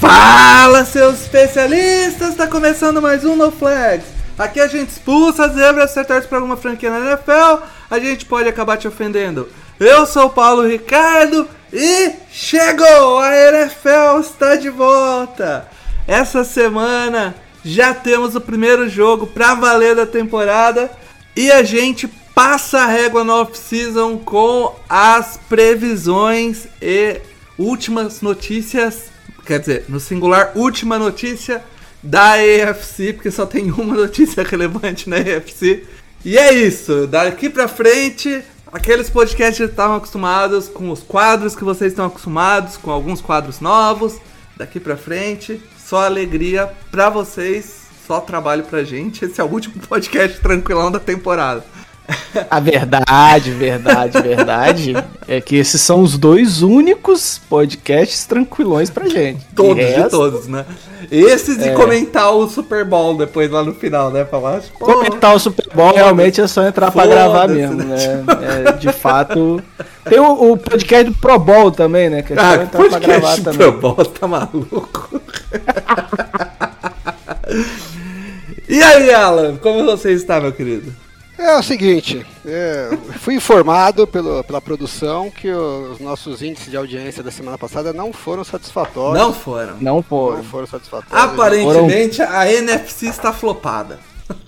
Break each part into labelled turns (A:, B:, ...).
A: Fala, seus especialistas! Tá começando mais um No Flags. Aqui a gente expulsa as zebras acertadas por alguma franquia na NFL. A gente pode acabar te ofendendo. Eu sou o Paulo Ricardo e chegou! A NFL está de volta! Essa semana já temos o primeiro jogo pra valer da temporada e a gente passa a régua na off-season com as previsões e últimas notícias quer dizer, no singular, última notícia da EFC, porque só tem uma notícia relevante na EFC. E é isso, daqui pra frente, aqueles podcasts que estavam acostumados com os quadros que vocês estão acostumados, com alguns quadros novos. Daqui pra frente, só alegria pra vocês, só trabalho pra gente. Esse é o último podcast tranquilão da temporada.
B: A Ah, verdade, verdade, verdade é que esses são os dois únicos podcasts tranquilões pra gente.
A: Todos,
B: De
A: de
B: resto,
A: todos, né? Esses
C: É.
A: e comentar o Super Bowl depois lá no final, né? Falar, pô,
B: Comentar o Super Bowl realmente é só entrar pra gravar
A: Foda-se,
B: mesmo,
A: né?
B: né? É, de fato. Tem o, o podcast do Pro Bowl também, né? Que é só
A: Ah,
B: entrar pra gravar
A: podcast
B: também.
C: né?"
A: Pro Bowl, tá maluco? e aí, Alan, como você está, meu querido?
C: É o seguinte, é, fui informado pelo- pela produção que os nossos índices de audiência da semana passada não foram satisfatórios.
A: Não foram.
B: Não
C: Não
B: foram.
C: foram satisfatórios.
A: Aparentemente, a NFC está flopada.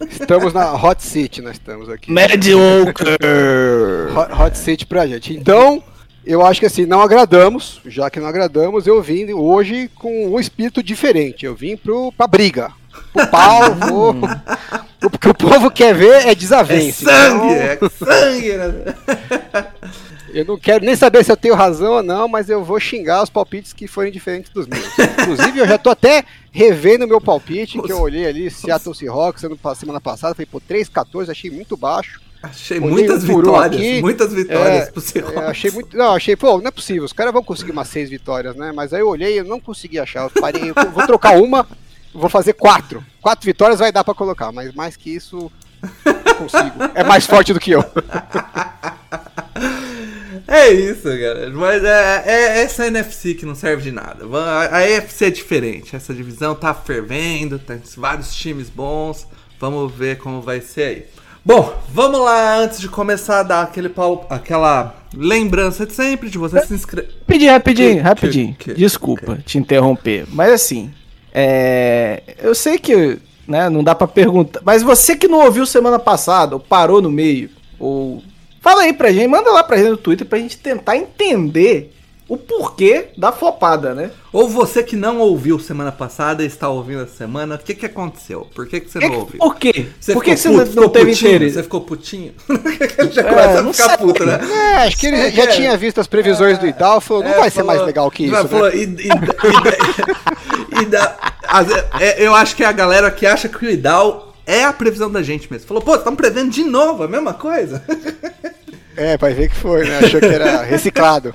C: Estamos na Hot City, nós estamos aqui.
B: Mediocre!
C: Hot, hot City pra gente. Então, eu acho que assim, não agradamos, já que não agradamos, eu vim hoje com um espírito diferente. Eu vim pro, pra briga. Pro pau, vou- o que o povo quer ver é
A: É
C: desavença.
A: sangue,
C: então-
A: é sangue. né?
C: Eu não quero nem saber se eu tenho razão ou não, mas eu vou xingar os palpites que forem diferentes dos meus. Inclusive, eu já tô até revendo meu palpite, que eu olhei ali, Seattle Seahawks, ano, pa- semana passada, falei, pô, 3-14, achei muito baixo.
A: Achei
C: Olhei
A: muitas
C: um furor
A: vitórias,
C: aqui,
A: muitas vitórias
C: é,
A: pro Seahawks.
C: É, achei muito. Não, achei, pô, não é possível, os caras vão conseguir umas seis vitórias, né? Mas aí eu olhei e eu não consegui achar. Eu parei, eu vou trocar uma, vou fazer quatro. Quatro vitórias vai dar pra colocar, mas mais que isso, não consigo. É mais forte do que eu.
A: É isso, galera. Mas é, é essa NFC que não serve de nada. Va- A a EFC é diferente. Essa divisão tá fervendo, tem vários times bons. Vamos ver como vai ser aí. Bom, vamos lá antes de começar a dar aquele pau, aquela lembrança de sempre de você se inscrever.
B: Rapidinho, rapidinho,
A: Que-
B: rapidinho.
A: que- que-
B: Desculpa te interromper. Mas assim, é, eu sei que né, não dá pra perguntar. Mas você que não ouviu semana passada, ou parou no meio, ou. Fala aí pra gente, manda lá pra gente no Twitter pra gente tentar entender o porquê da flopada, né?
A: Ou você que não ouviu semana passada e está ouvindo essa semana, o que, que aconteceu? Por que, que você
B: É
A: não
B: que-
A: ouviu?
B: por quê? por que, que você
A: ficou
B: não-
A: puto?
B: não
A: Ficou
B: teve
A: putinho?
B: interesse? É,
A: Você ficou putinho? Ele já começa
B: não
A: a ficar
B: sei.
A: puto, né?
C: É, acho que ele já, já tinha visto as previsões do Idal, falou, não
A: É,
C: vai ser
A: falou-
C: mais legal que
A: vai-
C: isso. né?
A: falou, e- e- e- e- e da- às vezes, é, eu acho que é a galera que acha que o Idal é a previsão da gente mesmo. Falou, pô, estamos prevendo de novo a mesma coisa.
C: É, vai ver que foi, né? Achou que era reciclado.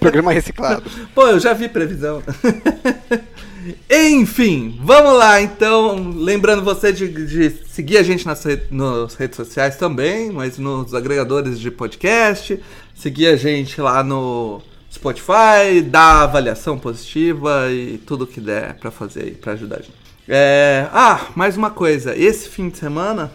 C: Programa reciclado.
A: Pô, eu já vi previsão. Enfim, vamos lá então. Lembrando você de, de seguir a gente nas, re- nas redes sociais também, mas nos agregadores de podcast. Seguir a gente lá no Spotify, dar avaliação positiva e tudo que der pra fazer aí, pra ajudar a gente. É, ah, mais uma coisa. Esse fim de semana,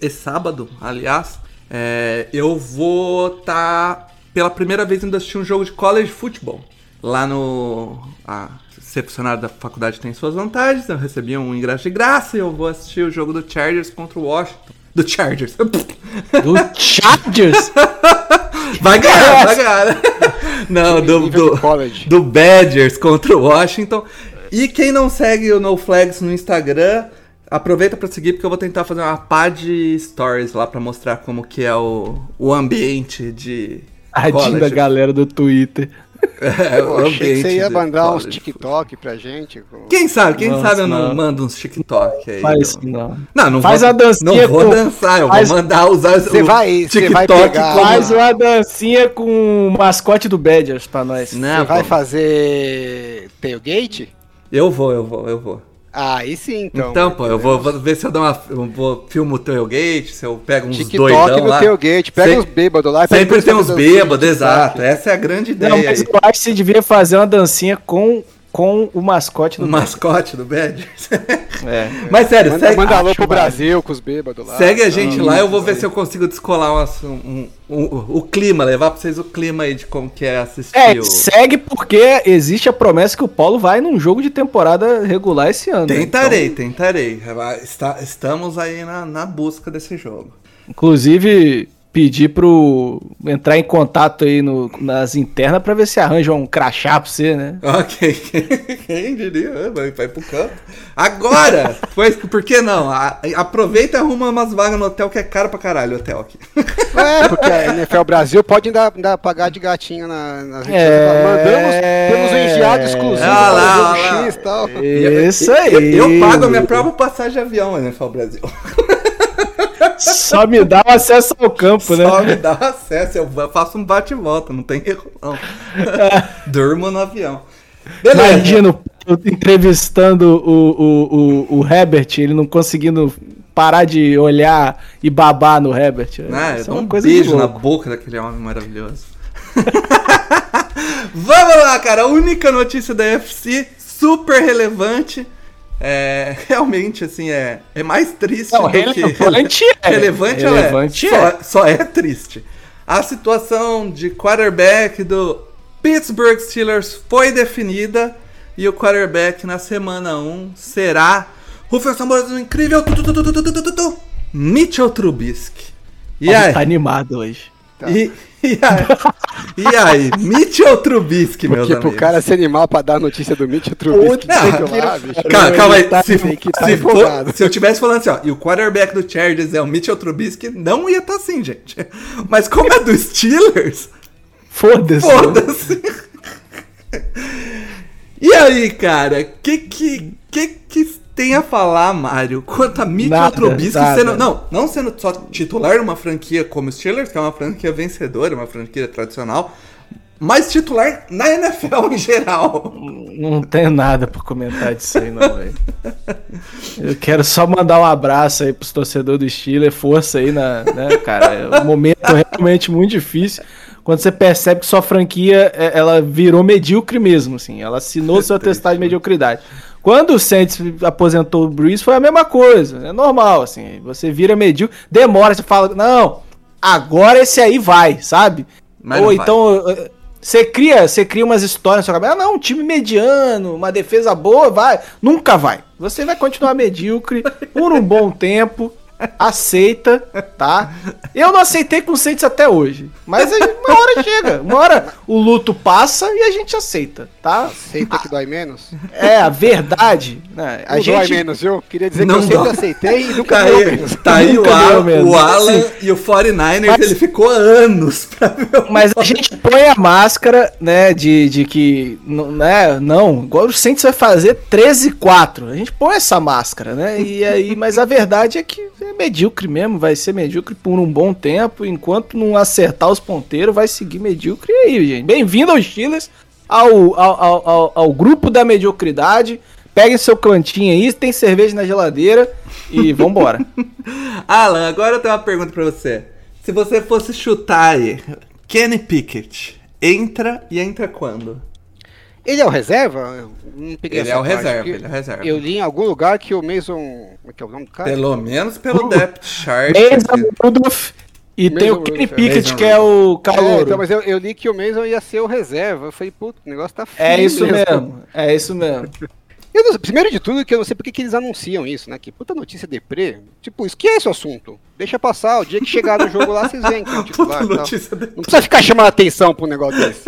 A: esse sábado, aliás, é, eu vou estar pela primeira vez indo assistir um jogo de college football. Lá no. a- ser funcionário da faculdade tem suas vantagens. Eu recebi um ingresso de graça e eu vou assistir o jogo do Chargers contra o Washington. Do Chargers.
B: Do Chargers?
A: Vai ganhar, vai ganhar. né? Não, do,
C: Nível
A: do,
C: de college.
A: do Badgers contra o Washington. E quem não segue o No Flags no Instagram, aproveita pra seguir, porque eu vou tentar fazer uma pá de stories lá pra mostrar como que é o, o ambiente de
B: Tadinho da
A: college.
B: galera do Twitter.
A: É,
C: Pô,
A: o
C: achei que
A: ambiente
C: você ia
A: do
C: mandar uns
A: college.
C: TikTok pra gente. com-
A: Quem sabe, quem
B: Nossa,
A: sabe eu não,
B: não.
A: mando uns TikTok aí.
B: Faz
A: eu-
B: isso, não.
A: Não, não
B: Faz
A: vou,
B: a dancinha
A: Não vou
B: com-
A: dançar, eu
B: faz-
A: vou mandar usar o
C: Você vai- você vai pegar-
A: como-
B: Faz uma dancinha com o mascote do Badgers pra nós.
C: Você
A: Não,
C: vai
A: pô,
C: fazer tailgate?
A: Eu vou, eu vou, eu vou.
C: Ah, aí sim, então.
A: Então, pô, eu vou, vou ver se eu dou uma. Eu vou, filmo o tailgate, se eu pego uns
C: TikTok
A: doidão
C: no
A: lá.
C: tailgate. Pega
A: Sem-
C: uns tá? bêbados lá. e faz
A: Sempre
C: tudo
A: tem uns
C: sobre dancinha
A: bêbados,
C: de TikTok.
A: exato. Essa é a grande ideia.
B: Não, mas
A: aí.
B: eu acho que você devia fazer uma dancinha com, com o mascote
A: O
B: do
A: mascote do Badgers.
B: É.
A: mas sério,
C: Manda,
A: segue, Ah,
C: manda alô
B: acho
C: pro
B: válido.
C: Brasil com os bêbados lá.
A: segue a gente lá, eu vou ver se eu consigo descolar umas- um- um- um- o clima, levar pra vocês o clima aí de como que é assistir
B: É,
A: o...
B: segue porque existe a promessa que o Paulo vai num jogo de temporada regular esse
C: é-
B: ano. né?
A: Tentarei,
C: então.
A: tentarei. Está- estamos aí na, na busca desse jogo.
B: Então, inclusive, pedir pro. entrar em contato aí no, nas internas pra ver se arranja um crachá pra você, né?
A: Ok, quem diria? Ah, Vai, vai pro campo. Agora! Pois, por que não? A- aproveita e arruma umas vagas no hotel que é caro pra caralho o hotel aqui.
C: É, porque a NFL Brasil pode ainda, ainda pagar de gatinho na, nas redes
B: É.
C: sociais. Mandamos, temos um enviado exclusivo
A: Ah lá,
C: para o
A: ah lá.
C: jogo X e tal.
B: Isso aí.
A: Eu, eu pago a minha própria passagem de avião, NFL Brasil.
B: Só me dá o acesso ao campo, né?
A: Só me dá acesso, eu faço um bate e volta, não tem erro não. Durmo no avião. Beleza.
B: Imagina o Paulo entrevistando o, o, o, o Herbert, ele não conseguindo parar de olhar e babar no Herbert.
A: Ah, eu
B: Isso é
A: dou
B: uma
A: um
B: coisa de
A: beijo na
B: louco.
A: boca daquele homem maravilhoso. Vamos lá, cara. A única notícia da UFC super relevante. É, realmente, assim, é, é mais triste
B: Não,
A: do
B: relevante
A: que...
B: é.
A: Relevante, ela
B: Relevante
A: é. Só, só é triste. A situação de quarterback do Pittsburgh Steelers foi definida e o quarterback na semana 1 será Rufus Samuels, o incrível tu, tu, tu, tu, tu, tu, tu, tu, tu, Mitchell Trubisky. E
B: Paulo
A: aí?
B: Tá animado hoje.
C: tá.
A: E, e aí? e aí? Mitchell Trubisky, meus
C: Porque pro
A: amigos.
C: cara se animar pra dar a notícia do Mitch Trubisky,
A: Puta
C: tem que ir
A: cara,
C: lá, bicho.
A: Cara, calma aí.
C: Ele tá-
A: se,
C: tem que tá
A: se for-
C: empolgado.
A: se eu tivesse falando assim, ó, e o quarterback do Chargers é o Mitchell Trubisky, não ia estar assim, gente. Mas como é do Steelers,
B: Foda-se.
A: foda-se. E aí, cara, que que, que que tem a falar, Mário, quanto a Mitchell
B: Nada,
A: Trubisky
B: nada.
A: sendo... Não, não sendo só titular de uma franquia como os Steelers, que é uma franquia vencedora, uma franquia tradicional, mas titular na NFL em geral.
B: Não tenho nada pra comentar disso aí, não, velho. Eu quero só mandar um abraço aí pros torcedores do Steelers, é força aí, na, né, cara? É um momento realmente muito difícil. Quando você percebe que sua franquia, é, ela virou medíocre mesmo, assim. Ela assinou seu atestado
A: né?
B: de mediocridade. Quando o Saints aposentou o Breeze, foi a mesma coisa. É normal, assim. Você vira medíocre, demora, você fala, não, agora esse aí vai, sabe?
A: Mas
B: Ou
A: não vai.
B: então eh, você cria, você cria umas histórias na sua cabeça. Ah, não, um time mediano, uma defesa boa, vai. Nunca vai. Você vai continuar medíocre por um bom tempo. Aceita, tá? Eu não aceitei com o Saints até hoje. Mas aí uma hora chega. Uma hora o luto passa e a gente aceita, tá?
C: Aceita que dói menos?
B: É a verdade. Né? A
C: não dói
B: gente
C: menos, viu? Queria dizer
A: Não
C: que eu sempre
A: dói.
C: aceitei e nunca
A: Tá
C: deu
A: aí,
C: menos.
A: tá aí o,
B: Nunca
A: Al-
B: deu menos.
A: o Alan e o 49ers, ele ficou anos pra ver o
B: Mas a gente põe a máscara, né, de, de que, n- né, não, igual o Saints vai fazer 13 e 4. A gente põe essa máscara, né, e aí, mas a verdade é que é medíocre mesmo, vai ser medíocre por um bom tempo, enquanto não acertar os ponteiros, vai seguir medíocre E aí, gente. Bem-vindo aos Steelers, ao, ao, ao, ao, ao grupo da mediocridade, peguem seu cantinho aí, tem cerveja na geladeira e vambora.
A: Alan, agora eu tenho uma pergunta pra você. Se você fosse chutar aí, Kenny Pickett, entra e entra quando?
C: Ele é o reserva? Eu Não peguei
A: Ele
C: essa
A: é o
C: parte,
A: reserva,
C: porque
A: ele é o reserva.
C: Eu li em algum lugar que o Mason... Como é que é o nome do cara?
A: Pelo menos pelo depth
C: É
A: chart. assim.
B: Mason Rudolph e
C: Mason
B: tem o
C: Rudolph,
B: Kenny
C: é.
B: Pickett,
A: Mason
B: que é o
C: É,
B: calor.
C: então, mas eu, eu li que o Mason ia ser o reserva. Eu falei, puto, o negócio tá feio.
B: É isso mesmo, é isso mesmo.
C: Eu não- primeiro de tudo, que eu não sei por que que eles anunciam isso, né? Que puta notícia deprê. Tipo, esquece o assunto. Deixa passar. O dia que chegar no jogo lá, vocês veem que é
B: assim.
C: o titular.
A: Puta
C: e tal.
A: notícia de...
C: Não precisa ficar chamando atenção pra um negócio desse.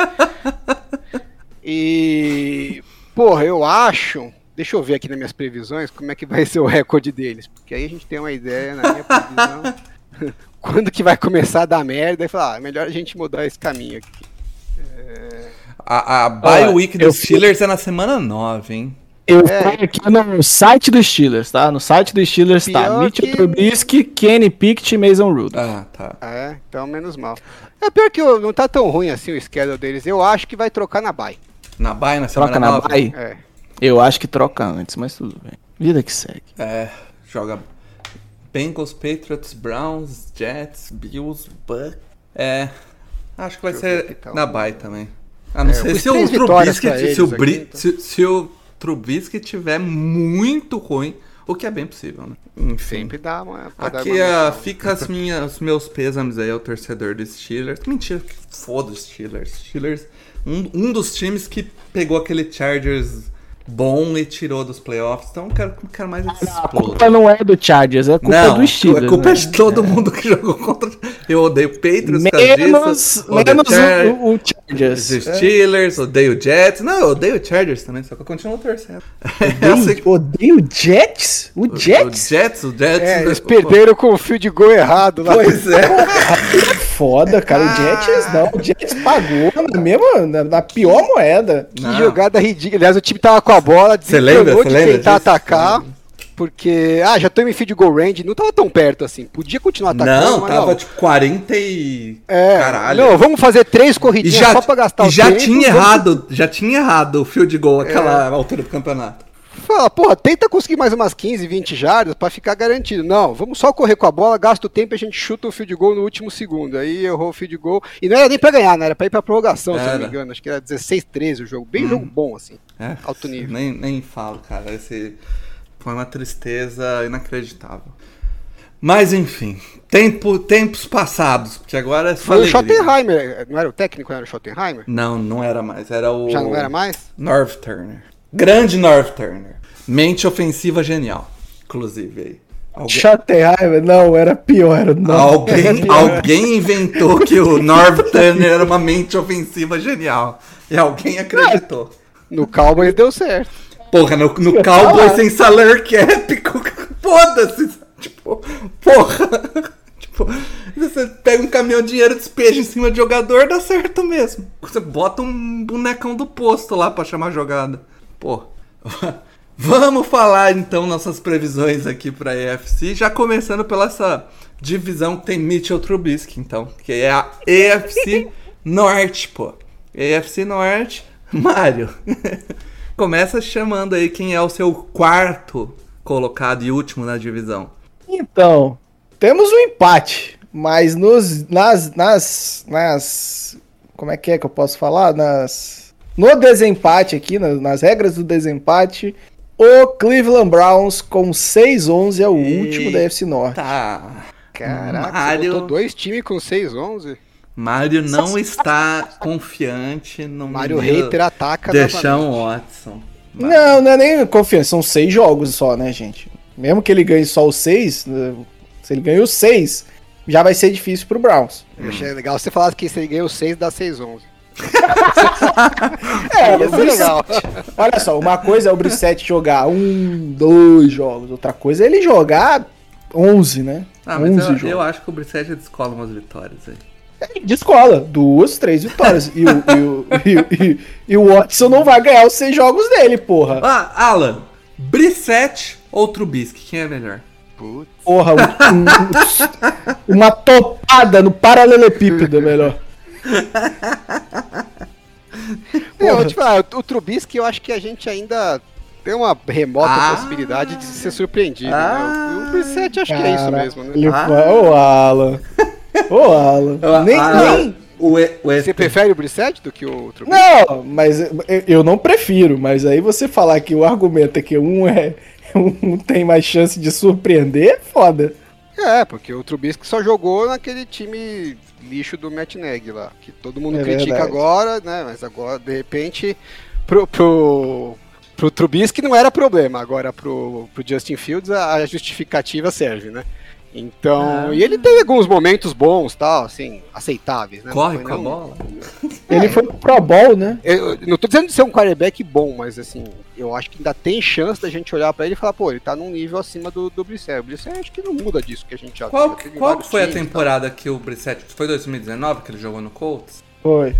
C: E. Porra, eu acho. Deixa eu ver aqui nas minhas previsões como é que vai ser o recorde deles. Porque aí a gente tem uma ideia na minha previsão. quando que vai começar a dar merda e falar, ah, melhor a gente mudar esse caminho aqui.
A: A, a bye
B: Olha,
A: week
B: eu
A: dos
B: fui-
A: Steelers é na semana 9, hein?
B: Eu fui aqui no site do Steelers, tá? No site do Steelers tá
C: Pior
B: Mitchell
C: que-
B: Trubisky, Kenny Pickett e Mason Rudolph.
A: Ah, tá.
C: É, então menos mal. É pior que eu- não tá tão ruim assim o schedule deles. Eu acho que vai trocar na bye.
A: Na bye na semana
B: Troca na
A: nove?
B: bye?
C: É.
B: Eu acho que troca antes, mas tudo bem. Vida que segue.
A: É, joga Bengals, Patriots, Browns, Jets, Bills, Bucks. É, acho que vai
C: Deixa eu ver
A: ser
C: que tá tal.
A: na bye também. A não ser
C: É, os
A: se o
C: três vitórias
A: Trubisky,
C: pra
A: se,
C: eles
A: o
C: aqui,
A: Bri-
C: então.
A: se- se o Trubisky tiver muito ruim, o que é bem possível, né? Enfim.
C: Sempre dá uma. pra dar
A: Aqui
C: uma
A: ah,
C: mexida.
A: fica as minhas, os meus pêsames aí ao torcedor dos Steelers. Mentira, que foda os Steelers. Steelers, um, um dos times que pegou aquele Chargers bom e tirou dos playoffs. Então, eu quero, eu quero mais eles
B: A
A: explodam.
B: culpa não é do Chargers, é culpa
A: Não,
B: do Steelers.
A: a culpa é
B: né?
A: de todo mundo que jogou contra. Eu odeio Patriots,
B: Menos,
A: Cardistas, odeio
B: menos
A: Char-
B: o, o
A: os
B: Chargers.
A: Steelers, odeio Jets. Não, eu odeio Chargers também, só que eu continuo torcendo. É assim que-
B: Odeio, odeio o Jets? O Jets?
A: O Jets, o Jets.
C: É, eles perderam com o fio de gol errado lá.
A: Pois é.
B: Foda, cara. O Jets não. O Jets pagou na, mesma, na, na pior moeda.
C: Que
A: Não.
C: jogada ridícula. Aliás, o time tava com a bola, desencanou
A: lembra? Cê
C: de
A: lembra
C: tentar
A: disso?
C: atacar. Porque, ah, já estamos em fio de goal range. Não tava tão perto assim. Podia continuar atacando.
A: Não,
C: mas
A: tava tipo 40 e.
C: É,
A: Caralho.
C: Não, vamos fazer três
A: e
C: corridinhas
A: já,
C: só pra gastar
A: e
C: o
A: já
C: tempo,
A: tinha
C: vamos- É.
A: errado, já tinha errado o field goal aquela altura do campeonato.
C: Fala, porra, tenta conseguir mais umas 15, 20 jardas pra ficar garantido. Não, vamos só correr com a bola, gasta o tempo e a gente chuta o field goal no último segundo. Aí errou o field goal. E não era nem pra ganhar, né? Era pra ir pra prorrogação, se eu não
A: Era. Uhum.
C: me engano. Acho que era 16, 13 o jogo. Bem jogo bom, assim.
A: É,
C: Alto nível.
A: Nem, nem falo, cara. Esse foi uma tristeza inacreditável. Mas enfim, tempo, tempos passados, porque agora é só
C: Foi o
A: alegria.
C: Schottenheimer. eh, Não era o técnico, era o Schottenheimer?
A: Não, não era mais. Era o.
C: Já não era mais?
A: Norv Turner. Grande Norv Turner. Mente ofensiva genial. Inclusive aí. Alguém-
B: Chatear, não, era pior. Era não.
A: Alguém, alguém inventou que o Norv Turner era uma mente ofensiva genial. E alguém acreditou.
C: No Cowboys deu certo.
A: Porra, no, no Cowboy sem salary cap, co- foda-se. Tipo, porra. Tipo, você pega um caminhão de dinheiro, despeja em cima de jogador, dá certo mesmo. Você bota um bonecão do posto lá pra chamar a jogada. Porra. Vamos falar então nossas previsões aqui pra EFC, já começando pela essa divisão que tem Mitchell Trubisky, então, que é a EFC Norte, pô. EFC Norte, Mário. Começa chamando aí quem é o seu quarto colocado e último na divisão.
B: Então, temos um empate, mas nos, nas, nas, nas, como é que é que eu posso falar? Nas, no desempate aqui, na- nas, regras do desempate, o Cleveland Browns com 6-11 é o último da FC Norte.
A: Tá.
C: Caraca,
A: Mário.
C: Mário... botou dois times com 6, 11.
A: Mário não está confiante no
C: Mário
A: menino
C: Reiter ataca novamente.
A: Deshaun Watson.
B: Não, não é nem confiança, são seis jogos só, né, gente? Mesmo que ele ganhe só os seis, né, se ele ganhou os seis, já vai ser difícil pro Browns.
C: Eu achei legal se você falasse que você ganhou 6, dá 6, 11.
B: É,
C: Ia ser legal.
B: Olha só, uma coisa é o Brissette jogar um, dois jogos, outra coisa é ele jogar 11, né?
A: Ah,
B: 11
A: mas
B: jogos. É,
A: eu, eu acho que o Brissette descola umas vitórias aí.
B: De escola, duas, três vitórias. E o, e, o, e, o- e- e o Watson não vai ganhar os seis jogos dele, porra.
A: Ah, Alan, Brissette ou Trubisky, quem é melhor?
C: Putz.
B: Porra, um- um- uma topada no paralelepípedo, é melhor.
C: Eu, vou te falar, o Trubisky, eu acho que a gente ainda tem uma remota
A: Ah.
C: possibilidade de ser surpreendido.
A: Ah.
C: né? O Brissette acho que é isso mesmo, né?
B: Caralho, Ô, Alan. Ô, Alan. nem,
A: Ah,
B: nem-
A: o, e- o
C: Você
A: e-
C: prefere o Brissette do que o Trubisky?
B: Não, mas eu- eu não prefiro, mas aí você falar que o argumento é que um é um tem mais chance de surpreender, é foda.
C: É, porque o Trubisky só jogou naquele time lixo do Matt Nagy lá, que todo mundo
B: É
C: critica
B: verdade.
C: agora, né? Mas agora, de repente, pro, pro, pro Trubisky não era problema, agora pro, pro Justin Fields a, a justificativa serve, né? Então,
B: Ah.
C: e ele teve alguns momentos bons, tal, assim, aceitáveis, né? Não
A: corre
C: foi
A: com a
C: nenhum-
A: bola?
B: Ele foi pro Pro Bowl, né?
C: Eu, eu não tô dizendo de ser um quarterback bom, mas assim, eu acho que ainda tem chance da gente olhar pra ele e falar, pô, ele tá num nível acima do, do Brissett. O Brissett acho que não muda disso que a gente já
A: Qual,
C: viu, já teve
A: qual
C: vários
A: que foi a
C: times,
A: temporada que o Brissette... Foi 2019 que ele jogou no Colts?
B: Foi.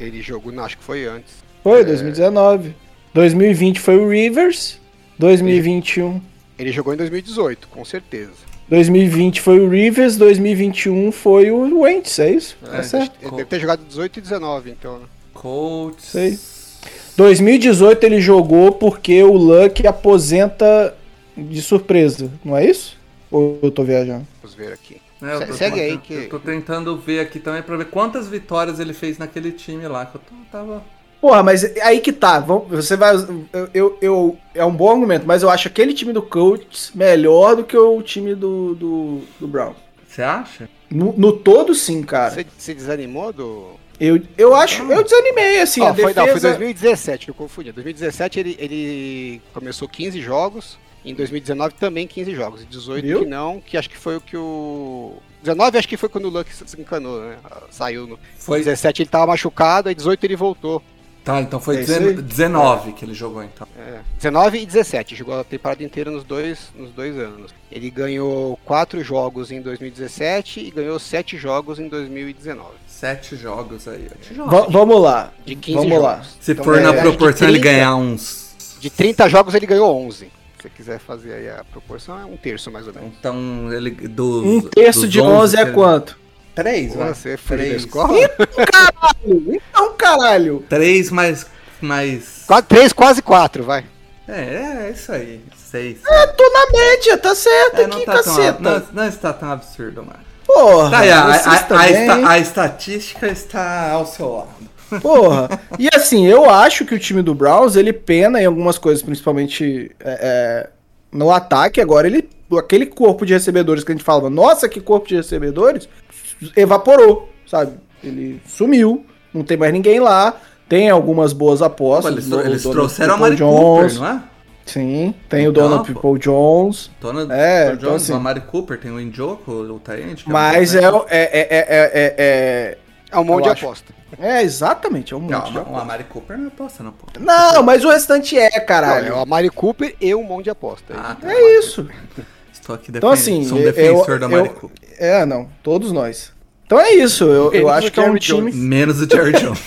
C: Aquele jogo, não, acho que foi antes.
B: Foi 2019. 2020 foi o Rivers. 2021.
C: Ele jogou em 2018, com certeza.
B: 2020 foi o Rivers, 2021 foi o Wentz, é isso? Tá
C: É,
B: certo.
C: Ele deve ter jogado 18 e 19, então. né?
A: Colts.
B: Sei. 2018 ele jogou porque o Luck aposenta de surpresa, não é isso? Ou eu tô viajando?
C: Vamos ver aqui.
A: É, eu
C: Se-
A: tô
C: segue aí
A: tentando-
C: que-
A: Eu tô tentando ver aqui também pra ver quantas vitórias ele fez naquele time lá, que eu tô- tava...
B: Porra, mas aí que tá. vamo- Você vai. Eu, eu, eu- é um bom argumento, mas eu acho aquele time do Colts melhor do que o time do, do, do Brown.
A: Você acha?
B: No, no todo, sim, cara.
C: Você se desanimou do.
B: Eu, eu acho.
A: Ah.
B: Eu desanimei, assim.
C: Ó,
B: a
C: foi, não, foi
B: defesa-
C: 2017, eu confundi. 2017 ele, ele começou 15 jogos, em 2019 também 15 jogos, e 18
B: Viu?
C: que não, que acho que foi o que o... 19 acho que foi quando o Luck se encanou, né? Saiu no...
A: Foi...
C: 17 ele tava machucado, aí 18 ele voltou.
A: Tá, então foi
B: É isso
A: dezen-
B: aí?
A: 19 que ele jogou, então.
C: É, 19 e 17, jogou a temporada inteira nos dois, nos dois anos. Ele ganhou 4 jogos em 2017 e ganhou 7 jogos em 2019.
A: Sete jogos aí.
B: Va- vamos lá.
C: De 15
B: Vamos
C: jogos.
B: lá.
A: Se
C: Então,
A: for na
C: é,
A: proporção
C: de
A: ele
C: 30
A: ganhar uns...
C: De 30 jogos ele ganhou 11. Se você quiser fazer aí a proporção, é um terço mais ou menos.
A: Então, ele... Dos,
B: Um terço
A: dos
B: de 11
A: que
B: é
A: ele-
B: quanto?
A: Três, vai.
C: Você é foi da
A: Três.
C: escola?
B: Então, caralho.
A: Três mais... mais...
C: Quase, três, quase quatro, vai.
A: É, é isso aí. Seis.
B: Eu tô na média, Ah, tá certo
A: É,
B: aqui,
A: não, tá tão,
B: caceta.
A: não, não está tão absurdo, mano.
B: Porra.
A: Tá aí, a, a-
B: vocês
A: a- a
B: também,
A: esta-
B: hein?
A: a estatística está ao seu lado.
B: Porra. E assim, eu acho que o time do Browns, ele pena em algumas coisas, principalmente é, é, no ataque. Agora, ele aquele corpo de recebedores que a gente falava, nossa, que corpo de recebedores, evaporou, sabe? Ele sumiu, não tem mais ninguém lá. Tem algumas boas
A: Pô,
B: apostas.
A: eles
B: no-
A: eles
B: do Donovan
A: trouxeram a
B: Peoples
A: Mari Cooper, não é?
B: Sim, tem o
A: Então,
B: Donald
A: pô.
B: People Jones.
A: Dona,
B: É,
A: Dona
B: então
A: Jones,
B: assim-
A: a Mari Cooper, tem o Injoco, o Tyrant.
B: Mas é, o- é, é, é, é, é,
C: É um monte
B: Eu
C: de
B: acho.
C: aposta.
B: é- é exatamente, é um monte
A: Não,
B: de
A: não, a Mari Cooper não é aposta, não, pô.
B: Não, mas o restante é,
C: Não, é o
B: caralho.
C: Amari Cooper e um monte de aposta.
A: Ah, tá.
B: É isso.
A: Estou aqui
B: Então,
A: defen-
B: assim,
A: Sou um
B: eu-
A: defensor
B: eu-
A: da Mari
B: eu-
A: Cooper.
B: É, não, todos nós. Então é isso, eu, eu
C: Menos
B: acho
C: o
B: que é um
C: Jerry
B: time.
A: Menos o Jerry Jones.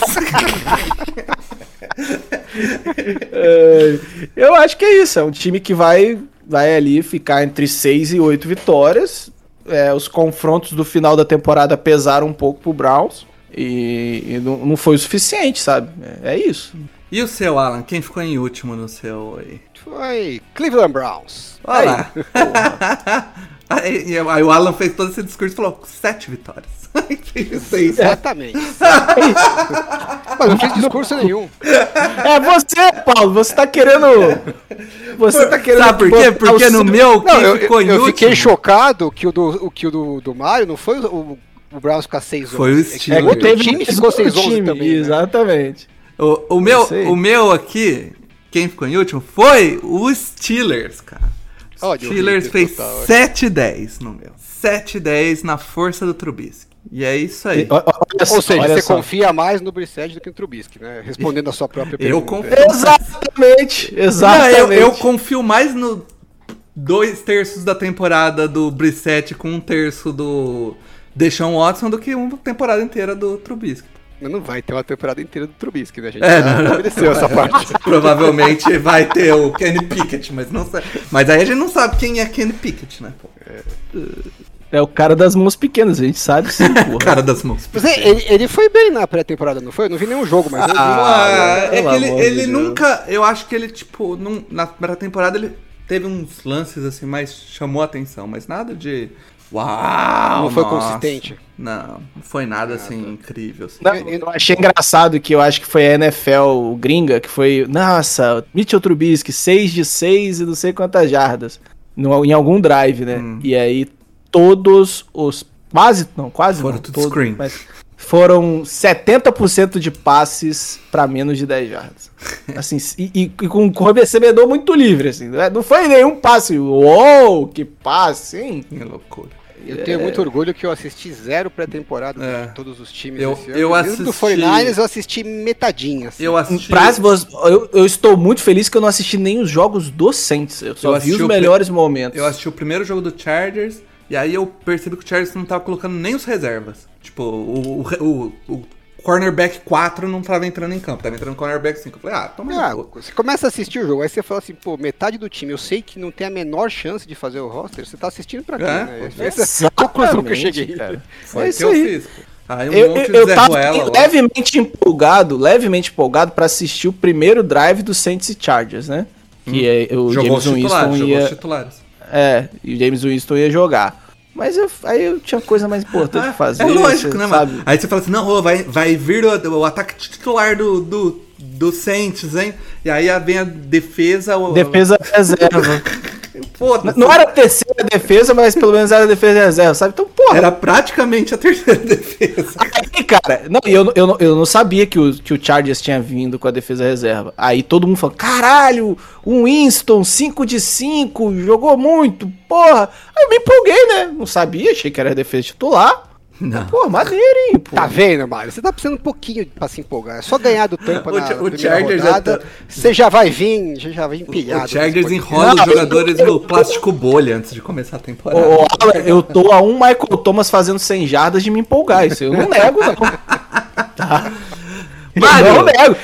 B: é, eu acho que é isso, é um time que vai, vai ali ficar entre 6 e 8 vitórias. É, os confrontos do final da temporada pesaram um pouco pro Browns. E, e não, não foi o suficiente, sabe? É, é isso.
A: e o seu, Alan? Quem ficou em último no seu aí?
C: Foi Cleveland Browns.
A: Olha lá. Aí, e aí o Alan fez todo esse discurso e falou, sete vitórias. Seis.
C: Exatamente. Mas não fiz discurso nenhum.
B: É você, Paulo, você tá querendo. Você tá querendo.
A: Sabe por quê?
B: botar
A: Porque
B: o
A: no
B: seu-
A: meu, quem
C: Não, eu,
A: ficou em
C: eu
A: último...
C: fiquei chocado que o do, o, que o do, do Mário não foi o, o Browns ficar 6
A: Foi o
B: É,
A: Steelers.
B: que
C: outro
B: teve
C: time ficou 6 11 também. né?
B: Exatamente.
A: O, o meu,
B: sei.
A: o meu aqui, quem ficou em último, foi o Steelers, cara.
C: Olha o
A: Steelers
C: hater
A: fez
C: total, olha.
A: 7-10 no meu. 7-10 na força do Trubisky. E é isso aí.
B: Olha só,
C: Ou seja,
B: olha
C: você
B: só.
C: confia mais no Brissette do que no Trubisky, né? Respondendo a sua própria
A: Eu
C: pergunta.
A: confio.
B: Exatamente,
A: Não,
B: exatamente.
A: eu, eu confio mais no dois terços da temporada do Brissette com um terço do Deshaun Watson do que uma temporada inteira do Trubisky.
C: Mas Não vai ter uma temporada inteira do Trubisky, né, gente?
A: É,
C: Já
A: não, não.
C: obedeceu essa parte.
A: Provavelmente vai ter o Kenny Pickett, mas não sabe. Mas aí a gente não sabe quem é Kenny Pickett, né? pô?
B: É o cara das mãos pequenas, a gente sabe sim, porra.
A: Cara das mãos.
C: Mas é, ele, ele foi bem na pré-temporada, não foi? Eu não vi nenhum jogo, mas eu vi
A: Ah,
B: Ah,
A: é
B: pelo
A: que ele,
B: amor de
A: ele
B: Deus.
A: nunca. Eu acho que ele, tipo, num- na primeira temporada ele teve uns lances assim, mas chamou a atenção, mas nada de. Uau!
C: Não foi
A: nossa.
C: consistente?
A: Não, não foi nada assim incrível. assim.
B: Não, eu achei engraçado que eu acho que foi a NFL gringa, que foi, nossa, Mitchell Trubisky, 6 de 6 e não sei quantas jardas, no- em algum drive, né? E aí todos os, quase, não, quase
A: Foram
B: não,
A: tudo
B: todos,
A: screen.
B: mas foram 70% de passes pra menos de 10 jardas. Assim, e, e- e com com o recebedor muito livre, assim, né? não foi nenhum passe, uou, que passe, hein?
A: Que loucura.
C: Eu tenho muito orgulho que eu assisti zero pré-temporada
A: É.
C: de todos os times
A: Eu-
C: esse
A: eu
C: Mesmo do
A: assisti-
C: 49ers, eu assisti metadinha. assim.
B: Um
A: Eu assisti.
B: Pra- eu, eu estou muito feliz que eu não assisti nem os jogos docentes. Eu
A: Eu
B: só vi
A: assisti
B: os
A: o-
B: melhores momentos.
A: Eu assisti o primeiro jogo do Chargers e aí eu percebi que o Chargers não tava colocando nem os reservas. Tipo, o, o, o, o cornerback 4 não tava entrando em campo, tava entrando cornerback 5. Eu falei, ah, toma
C: Ah,
A: no cu.
C: você começa a assistir o jogo, aí você fala assim, pô, metade do time, eu sei que não tem a menor chance de fazer o roster, você tá assistindo pra quê,
A: É,
C: né?
A: pô,
C: Essa é a conclusão que eu cheguei.
B: cara.
A: né? Foi
B: é
A: o que
B: isso
A: eu
B: aí.
A: fiz. pô. Aí um
B: Eu,
A: monte
B: eu,
A: de
B: eu
A: Zé
B: tava
A: Ruela lá.
B: levemente empolgado, levemente empolgado pra assistir o primeiro drive do Saints e Chargers, né? Que é, o
A: Hum. Jogou os
B: James Winston
A: titulares, jogou os
B: ia,
A: titulares.
B: é, e o James Winston ia jogar. Mas eu- aí eu tinha coisa mais importante pra fazer.
A: é lógico,
B: você
A: né,
B: sabe?
A: mano? Aí você fala assim, não, ô, vai, vai vir o, o ataque titular do, do, do Saints, hein? E aí vem a defesa... O,
B: Defesa é reserva.
A: Foda-se.
B: Não era a terceira defesa, mas pelo menos era a defesa reserva, sabe? Então, porra,
A: Era praticamente a terceira defesa.
B: Aí, É cara, não, e eu, eu, não- eu não sabia que o, que o Chargers tinha vindo com a defesa reserva. Aí todo mundo falou: caralho, um Winston, 5 de 5, jogou muito, porra. Aí eu me empolguei, né? Não sabia, achei que era a defesa titular.
A: Não.
B: Pô, maneiro, hein, pô.
C: Tá vendo, Mário? Você tá precisando um pouquinho pra se empolgar. É só ganhar do Tampa
A: O
C: na
A: Ch- o
C: primeira
A: Chargers é
C: rodada,
A: tão-
C: você já vai vir, já, já vai empilhado.
A: O Chargers
C: nesse
A: enrola os
B: Não,
A: jogadores
B: eu-
A: no plástico bolha antes de começar a
B: Ô,
A: temporada.
B: ô, Alan, eu tô a um Michael Thomas fazendo 100 jardas de me empolgar. Isso eu não nego, não. Tá?
A: Mário!
B: Eu não nego.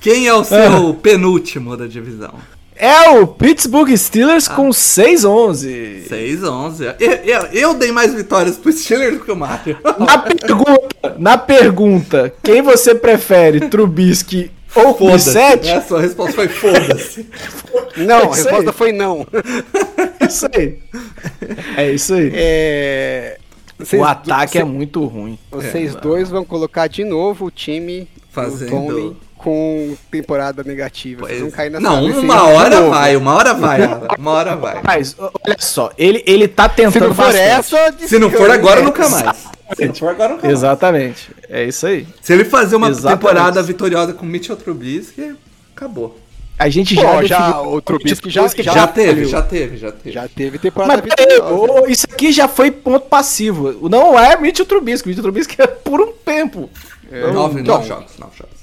A: Quem é
B: Ah.
A: o seu penúltimo da divisão?
B: É o Pittsburgh Steelers com 6-11.
A: 6-11. Eu, eu, eu dei mais vitórias pro Steelers do que o Mario.
B: Na pergunta, na pergunta, quem você prefere, Trubisky ou
A: Foda-se. É,
C: É.
B: Bissett?
A: A sua resposta foi foda-se.
C: Não,
B: É
C: a
B: isso
C: resposta
B: aí.
C: foi não.
B: É isso aí. É isso aí.
C: É, vocês-
B: o ataque é muito ruim.
C: Vocês dois vão colocar de novo o time
A: É, Fazendo-
C: do Tomlin com temporada negativa. Vocês vão cair nessa
A: Não,
C: nesse
A: uma
C: erro de
A: hora
C: novo.
A: vai, uma hora vai. Alan, Uma hora vai.
B: Mas ó, olha só, ele, ele tá
C: Se
B: tentando
C: não for essa,
A: Se não for
C: descansa.
A: agora, nunca mais. Se não for agora, nunca mais.
B: Exatamente. É isso aí.
A: Se ele fazer uma
B: Exatamente.
A: temporada vitoriosa com Mitchell Trubisky, acabou.
B: A gente
C: Pô,
B: já,
C: já-
B: definiu-
C: o Trubisky já-
A: Já, teve, já teve, já teve.
C: Já teve temporada
B: Mas peraí,
C: vitoriosa.
B: ô, isso aqui já foi ponto passivo. Não é Mitchell Trubisky. Mitchell Trubisky é por um tempo.
A: Nove,
C: Então,
A: nove jogos, nove jogos.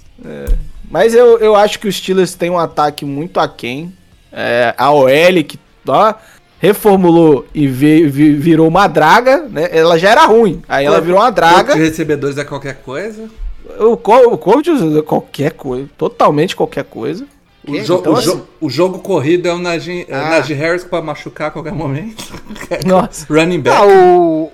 B: Mas eu, eu acho que os Steelers têm um ataque muito aquém. É, a OL que ó, reformulou e vi- vi- virou uma draga, né? Ela já era ruim. Aí ela virou uma
A: Os
B: draga.
A: recebedores é qualquer coisa.
B: O, co- o coach usa qualquer coisa, totalmente qualquer coisa.
A: O,
C: Quem?
A: jo-
B: Então,
A: o jo- o jogo corrido é o Najee, é o
C: Ah.
A: Najee Harris pra machucar a qualquer momento.
B: assim, Nossa.
A: Running
C: Ah,
A: back.
C: o,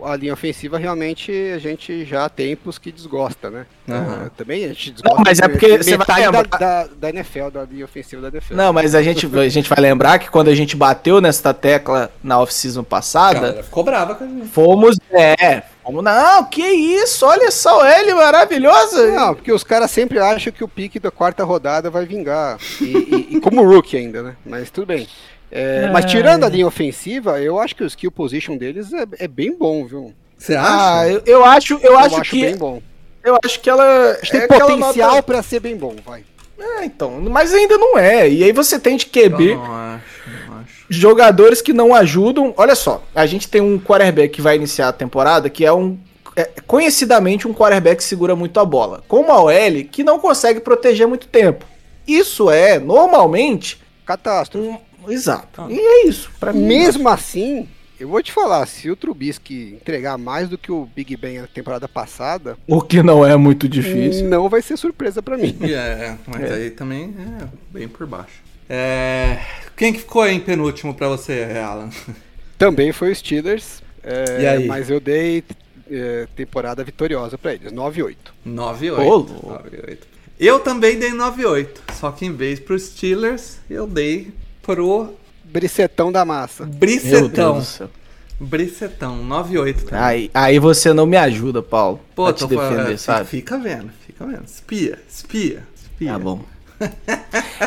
C: o- a linha ofensiva realmente a gente já há tempos que desgosta, né?
A: Aham.
C: Ah, Também a gente desgosta.
B: Não, mas é
C: de-
B: porque
C: de
B: você vai
C: metade
B: lembrar-
C: da, da, da NFL, da linha ofensiva da NFL.
B: Não, mas a gente, a gente vai lembrar que quando a gente bateu nessa tecla na off-season
A: A
B: passada,
A: galera ficou brava com a gente.
B: fomos. É, fomos. Não, que isso? Olha essa OL maravilhosa!
C: Não, porque os caras sempre acham que o pique da quarta rodada vai vingar. E, e- e como rookie ainda, né? Mas tudo bem. É, Mas tirando a linha ofensiva, eu acho que o skill position deles é, é bem bom, viu?
A: Você acha?
B: Ah, eu, eu acho, eu, acho,
C: bem
B: que
C: bom.
B: eu acho que ela
C: Acho que
B: é
C: tem
B: aquela
C: potencial
B: nota-
C: pra ser bem bom, vai.
B: É, então, mas ainda não é. E aí você tem de
A: Eu
B: QB
A: não acho, não acho.
B: jogadores que não ajudam. Olha só, a gente tem um quarterback que vai iniciar a temporada que é um é, conhecidamente um quarterback que segura muito a bola, com uma OL que não consegue proteger muito tempo. Isso é normalmente
C: Catástrofe.
B: um exato.
A: Ah.
B: E é isso, para mim.
C: Mesmo assim, eu vou te falar, se o Trubisky entregar mais do que o Big Ben na temporada passada,
B: o que não é muito difícil.
C: não vai ser surpresa pra mim.
A: E É, mas aí também é bem por baixo. É, Quem que ficou em penúltimo pra você, Alan?
C: Também foi o Steelers, é,
A: E aí?
C: mas eu dei é, temporada vitoriosa pra eles, 9-8.
A: 9
B: Ô,
A: 8.
B: louco.
A: 9 8. Eu também dei 9 8. Só que em vez pro Steelers, eu dei pro
C: Bricetão da massa.
B: Meu Deus
A: Bricetão.
B: do céu.
A: Bricetão, 9 8 também.
B: Aí, aí você não me ajuda, Paulo.
A: Pô,
B: pra
A: tô
B: te
A: falando,
B: defender,
A: é,
B: sabe?
A: Fica vendo, fica vendo. Espia, espia, espia.
B: Tá bom.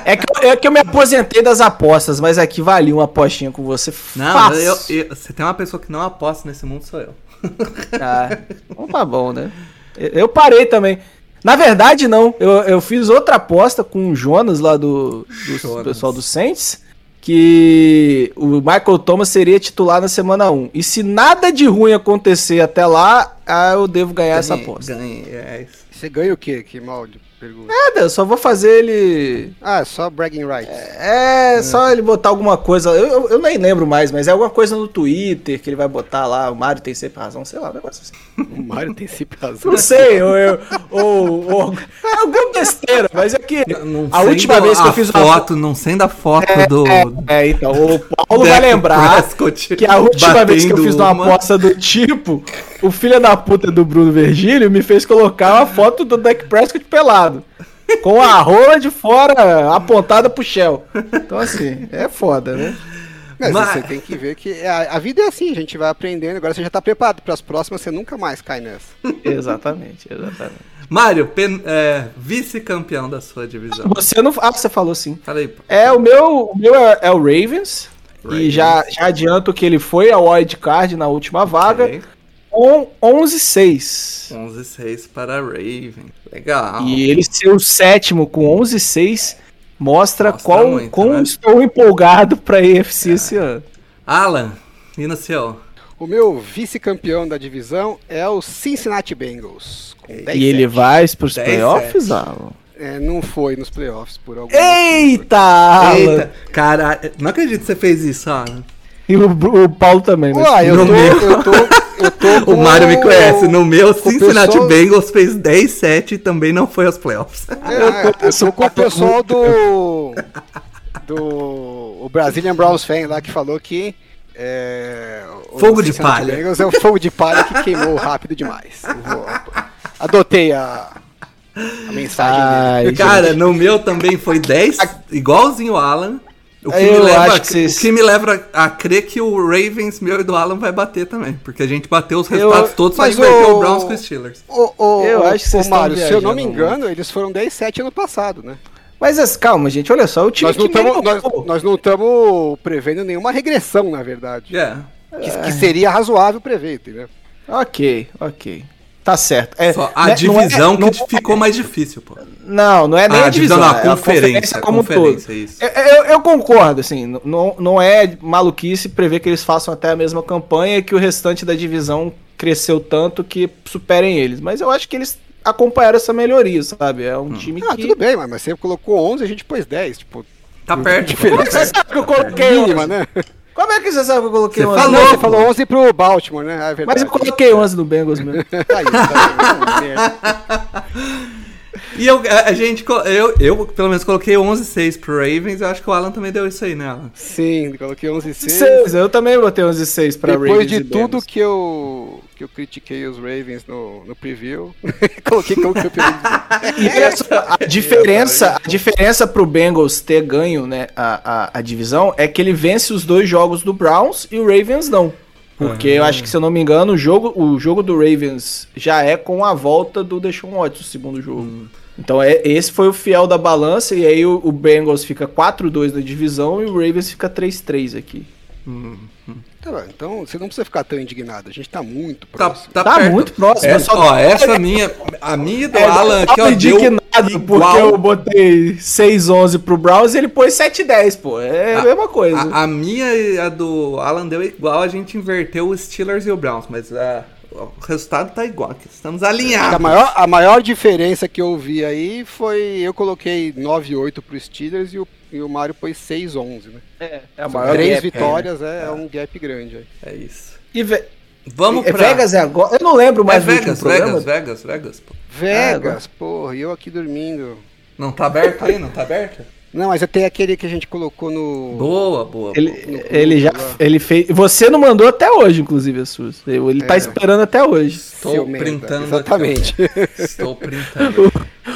B: É que, eu- é que eu me aposentei das apostas, mas aqui valia uma apostinha com você.
A: Não,
B: fácil.
A: eu, eu- se tem uma pessoa que não aposta nesse mundo, sou eu.
B: Ah, então tá bom, né? Eu, eu parei também. Na verdade, não. Eu, eu fiz outra aposta com o Jonas lá do, do
A: Jonas.
B: pessoal do Saints. Que o Michael Thomas seria titular na semana 1. E se nada de ruim acontecer até lá, ah, eu devo ganhar essa
A: Ganhei-
B: aposta.
A: Ganhei, é isso.
C: Você ganha o quê? Que molde? Pergunta.
B: Nada, eu só vou fazer ele.
C: Ah, só bragging rights.
B: É, só ele botar alguma coisa. Eu, eu, eu nem lembro mais, mas é alguma coisa no Twitter que ele vai botar lá. O Mário tem sempre razão, sei lá, um negócio assim.
C: O Mario tem sempre razão.
B: Não sei, ou eu. Ou, ou, é alguma besteira, mas é que.
A: Não
B: a
A: sendo
B: última vez que eu fiz
A: a foto, não sendo a foto do
B: É, então, o Paulo
A: Dak
B: vai lembrar
A: Prescott
B: que a última vez que eu fiz
A: batendo
B: uma
A: uma.
B: aposta do tipo, o filho da puta do Bruno Vergílio me fez colocar uma foto do Dak Prescott pelado. Com a rola de fora apontada pro Shell. Então, assim, é foda, né?
C: Mas,
A: Mas-
C: você tem que ver que a, a vida é assim, a gente vai aprendendo. Agora você já tá preparado para as próximas, você nunca mais cai nessa.
B: Exatamente, exatamente.
A: Mário, pen- é, vice-campeão da sua divisão.
B: Você não. Ah, você falou sim.
A: Fala aí, pô.
B: É, o meu, o meu é, é o Ravens. E
A: Ravens.
B: já, já adianto que ele foi ao wild card na última vaga
A: Ok.
B: com 11-6.
A: 11 6 para Raven. Legal.
B: E ele ser o sétimo com 11-6 mostra,
A: Mostra
B: qual
A: muito,
B: quão
A: né? É.
B: estou empolgado para a EFC esse ano.
A: Alan, e no seu?
C: O meu vice-campeão da divisão é o Cincinnati Bengals. com 10
B: E ele vai para os
A: 10-7.
B: playoffs, Alan?
C: É, não foi nos playoffs por algum
B: Eita, Alan!
A: Eita, caralho. Não acredito que você fez isso, Alan.
B: E o, Bru- o Paulo também. né?
C: motivo.
B: mas-
C: Uai, eu
A: No
C: tô,
A: meu.
C: eu tô, eu tô
A: O
C: com-
A: Mário me conhece. No meu,
C: com o
A: Cincinnati
C: pessoal-
A: Bengals fez 10-7 e também não foi aos playoffs.
C: É, eu tô, com o pessoal do. Do. O Brazilian Browns Fan lá que falou que. é, o
A: Fogo de
C: Cincinnati
A: palha.
C: Bengals é o fogo de palha que queimou rápido demais. Eu vou- Adotei a, a mensagem
A: Ah,
C: dele.
B: Ai,
A: Cara, no meu também foi 10, igualzinho o Alan. O que, me
B: Eu
A: leva,
B: acho que vocês-
A: o que me leva a, a crer que o Ravens, meu e do Alan vai bater também. Porque a gente bateu os resultados todos, mas
C: mas
A: inverteu
C: o-
A: o Browns com os Steelers.
C: Ô, ô,
B: Eu
C: ô,
B: acho que
C: ô,
B: vocês estão
C: Mário, se eu não
B: viajando
C: me engano, eles foram 10-7 ano passado, né?
B: Mas as- calma, gente, olha só, o time
C: Nós não
B: que
C: tamo-
B: ganhou-
C: nós- nós não estamos prevendo nenhuma regressão, na verdade.
A: Yeah.
C: Que, que seria razoável prever, entendeu?
B: Ok, ok. Tá certo. É,
A: Só a
B: né, não é-
A: divisão
B: não-
A: que ficou mais difícil, pô.
B: Não, não é nem
A: Ah,
B: a divisão,
A: divisão, não,
B: é
A: a conferência,
B: como um
A: conferência, é
B: todo.
A: isso.
B: Eu, eu- eu concordo, assim, não, não é maluquice prever que eles façam até a mesma campanha e que o restante da divisão cresceu tanto que superem eles. Mas eu acho que eles acompanharam essa melhoria, sabe? É
A: Hum.
B: um time
C: Ah,
B: que...
C: tudo bem, mas mas você colocou 11 a gente pôs 10, tipo,
A: Tá perto.
B: Como é que você sabe que eu coloquei
C: mínima,
B: 11?
C: né?
B: Como é que você sabe que eu coloquei
A: Você
B: 11?
A: falou,
C: Não,
B: Não,
C: você falou 11 pro Baltimore, né? Ah, É
B: Mas
C: verdade.
B: eu coloquei 11 no Bengals mesmo.
C: Tá aí, tá aí. Merda.
A: E eu, a, a gente, co- eu, eu pelo menos coloquei 11-6 pro Ravens, eu acho que o Alan também deu isso aí, né, Alan?
C: Sim, coloquei 11 e 6.
B: Seis, eu também botei 11 e 6 pra
C: Depois
B: Ravens
C: de
B: e
C: tudo
B: Bengals.
C: que eu, que eu critiquei os Ravens no, no preview, coloquei como campeão.
B: E olha só,
C: É,
B: a diferença, a diferença pro Bengals ter ganho né, a, a, a divisão é que ele vence os dois jogos do Browns e o Ravens não. Porque eu acho que, se eu não me engano, o jogo, o jogo do Ravens já é com a volta do Deshaun Watson, o segundo jogo.
C: Hum.
B: Então é, esse foi o fiel da balança, e aí o, o Bengals fica 4-2 na divisão e o Ravens fica 3-3 aqui.
A: Hum.
C: Tá bom, então você não precisa ficar tão indignado, a gente tá muito
A: Tá,
C: próximo.
A: tá,
B: Tá
A: perto.
B: muito próximo,
A: É,
B: eu só-
A: Ó, essa minha, a minha e do
B: É,
A: Alan
B: eu
A: aqui, ó,
B: tava
A: deu
B: indignado porque
A: igual.
B: eu botei 6-11 pro Browns e ele pôs 7-10, pô. É a,
A: Ah,
B: mesma coisa.
A: A, a minha e a do Alan deu igual, a gente inverteu os Steelers e o Browns, mas ah, o resultado tá igual, aqui, estamos
C: A
B: Tá
A: alinhados.
C: maior, a maior diferença que eu vi aí foi. Eu coloquei 9-8 pro Steelers e o, e o Mário pôs 6-11, né?
B: É a
C: São
B: maior
C: Três
B: gap,
C: vitórias é, é um gap grande aí.
A: É isso.
B: é. E Ve-
A: Vamos
B: é
A: pra...
B: Vegas é agora? Eu não lembro
A: é
B: mais do
A: Vegas,
B: último programa.
A: Vegas, Vegas, Vegas, pô.
C: Vegas, porra, e eu aqui dormindo.
A: Não tá aberto aí? Não tá aberto?
C: Não, mas tem aquele que a gente colocou no.
A: Boa, boa.
B: Ele,
C: No-
B: ele já ele fez. Você não mandou até hoje, inclusive, a sua. Ele tá esperando até hoje.
A: Estou
C: Ciumenta,
A: printando.
C: Exatamente.
A: aqui, ó. Estou printando.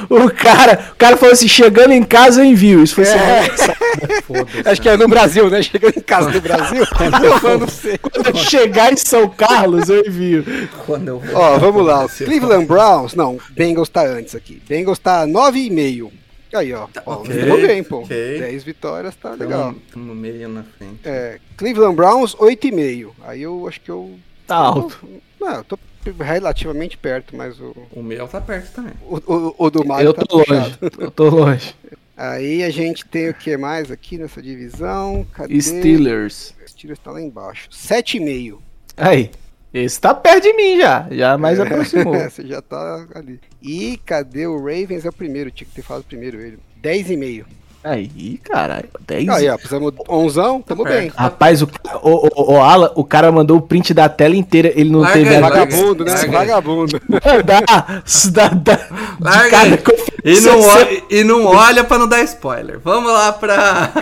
B: O cara, o cara falou assim: chegando em casa eu envio. Isso foi semana
C: Acho que é no Brasil, né? Chegando em casa do Brasil, eu mando pra você.
B: Quando eu chegar em São Carlos, eu envio.
A: Quando eu vou.
C: Ó, vamos lá. Os Cleveland Browns. Não, Bengals tá antes aqui. Bengals tá 9,5. Aí, ó. ó
A: ok,
C: ficou bem, pô.
A: ok. Então,
C: 10 vitórias, tá legal.
A: Legal. No meio na frente.
C: É, Cleveland Browns, 8,5. Aí eu acho que eu.
B: Tá alto.
C: Não, eu tô relativamente perto, mas o,
A: O meu tá perto também.
C: o, o, o do Mario
B: Eu
C: tá
B: tô longe. Eu tô longe.
C: Aí a gente tem o que mais aqui nessa divisão? Cadê?
B: Steelers.
C: Steelers tá lá embaixo. 7,5.
B: Aí. Esse tá perto de mim já, já
C: É.
B: mais aproximou.
C: Você já tá ali. E cadê o Ravens? É o primeiro, tinha que ter falado primeiro ele. 10,5.
B: Aí, caralho, 10.
C: Aí, ó, precisamos de 11,
B: Tá
C: tamo bem.
B: Rapaz, o, o, o, o Ala, o cara mandou o print da tela inteira, ele não
A: Larga
B: teve
A: aí,
B: a-
A: larga.
C: Vagabundo, né?
A: Larga.
C: Vagabundo.
B: dá, dá, dá, de
A: Larga
B: cada
A: aí.
B: coisa.
A: E não,
B: Você-
A: olha, e não olha pra não dar spoiler. Vamos lá pra.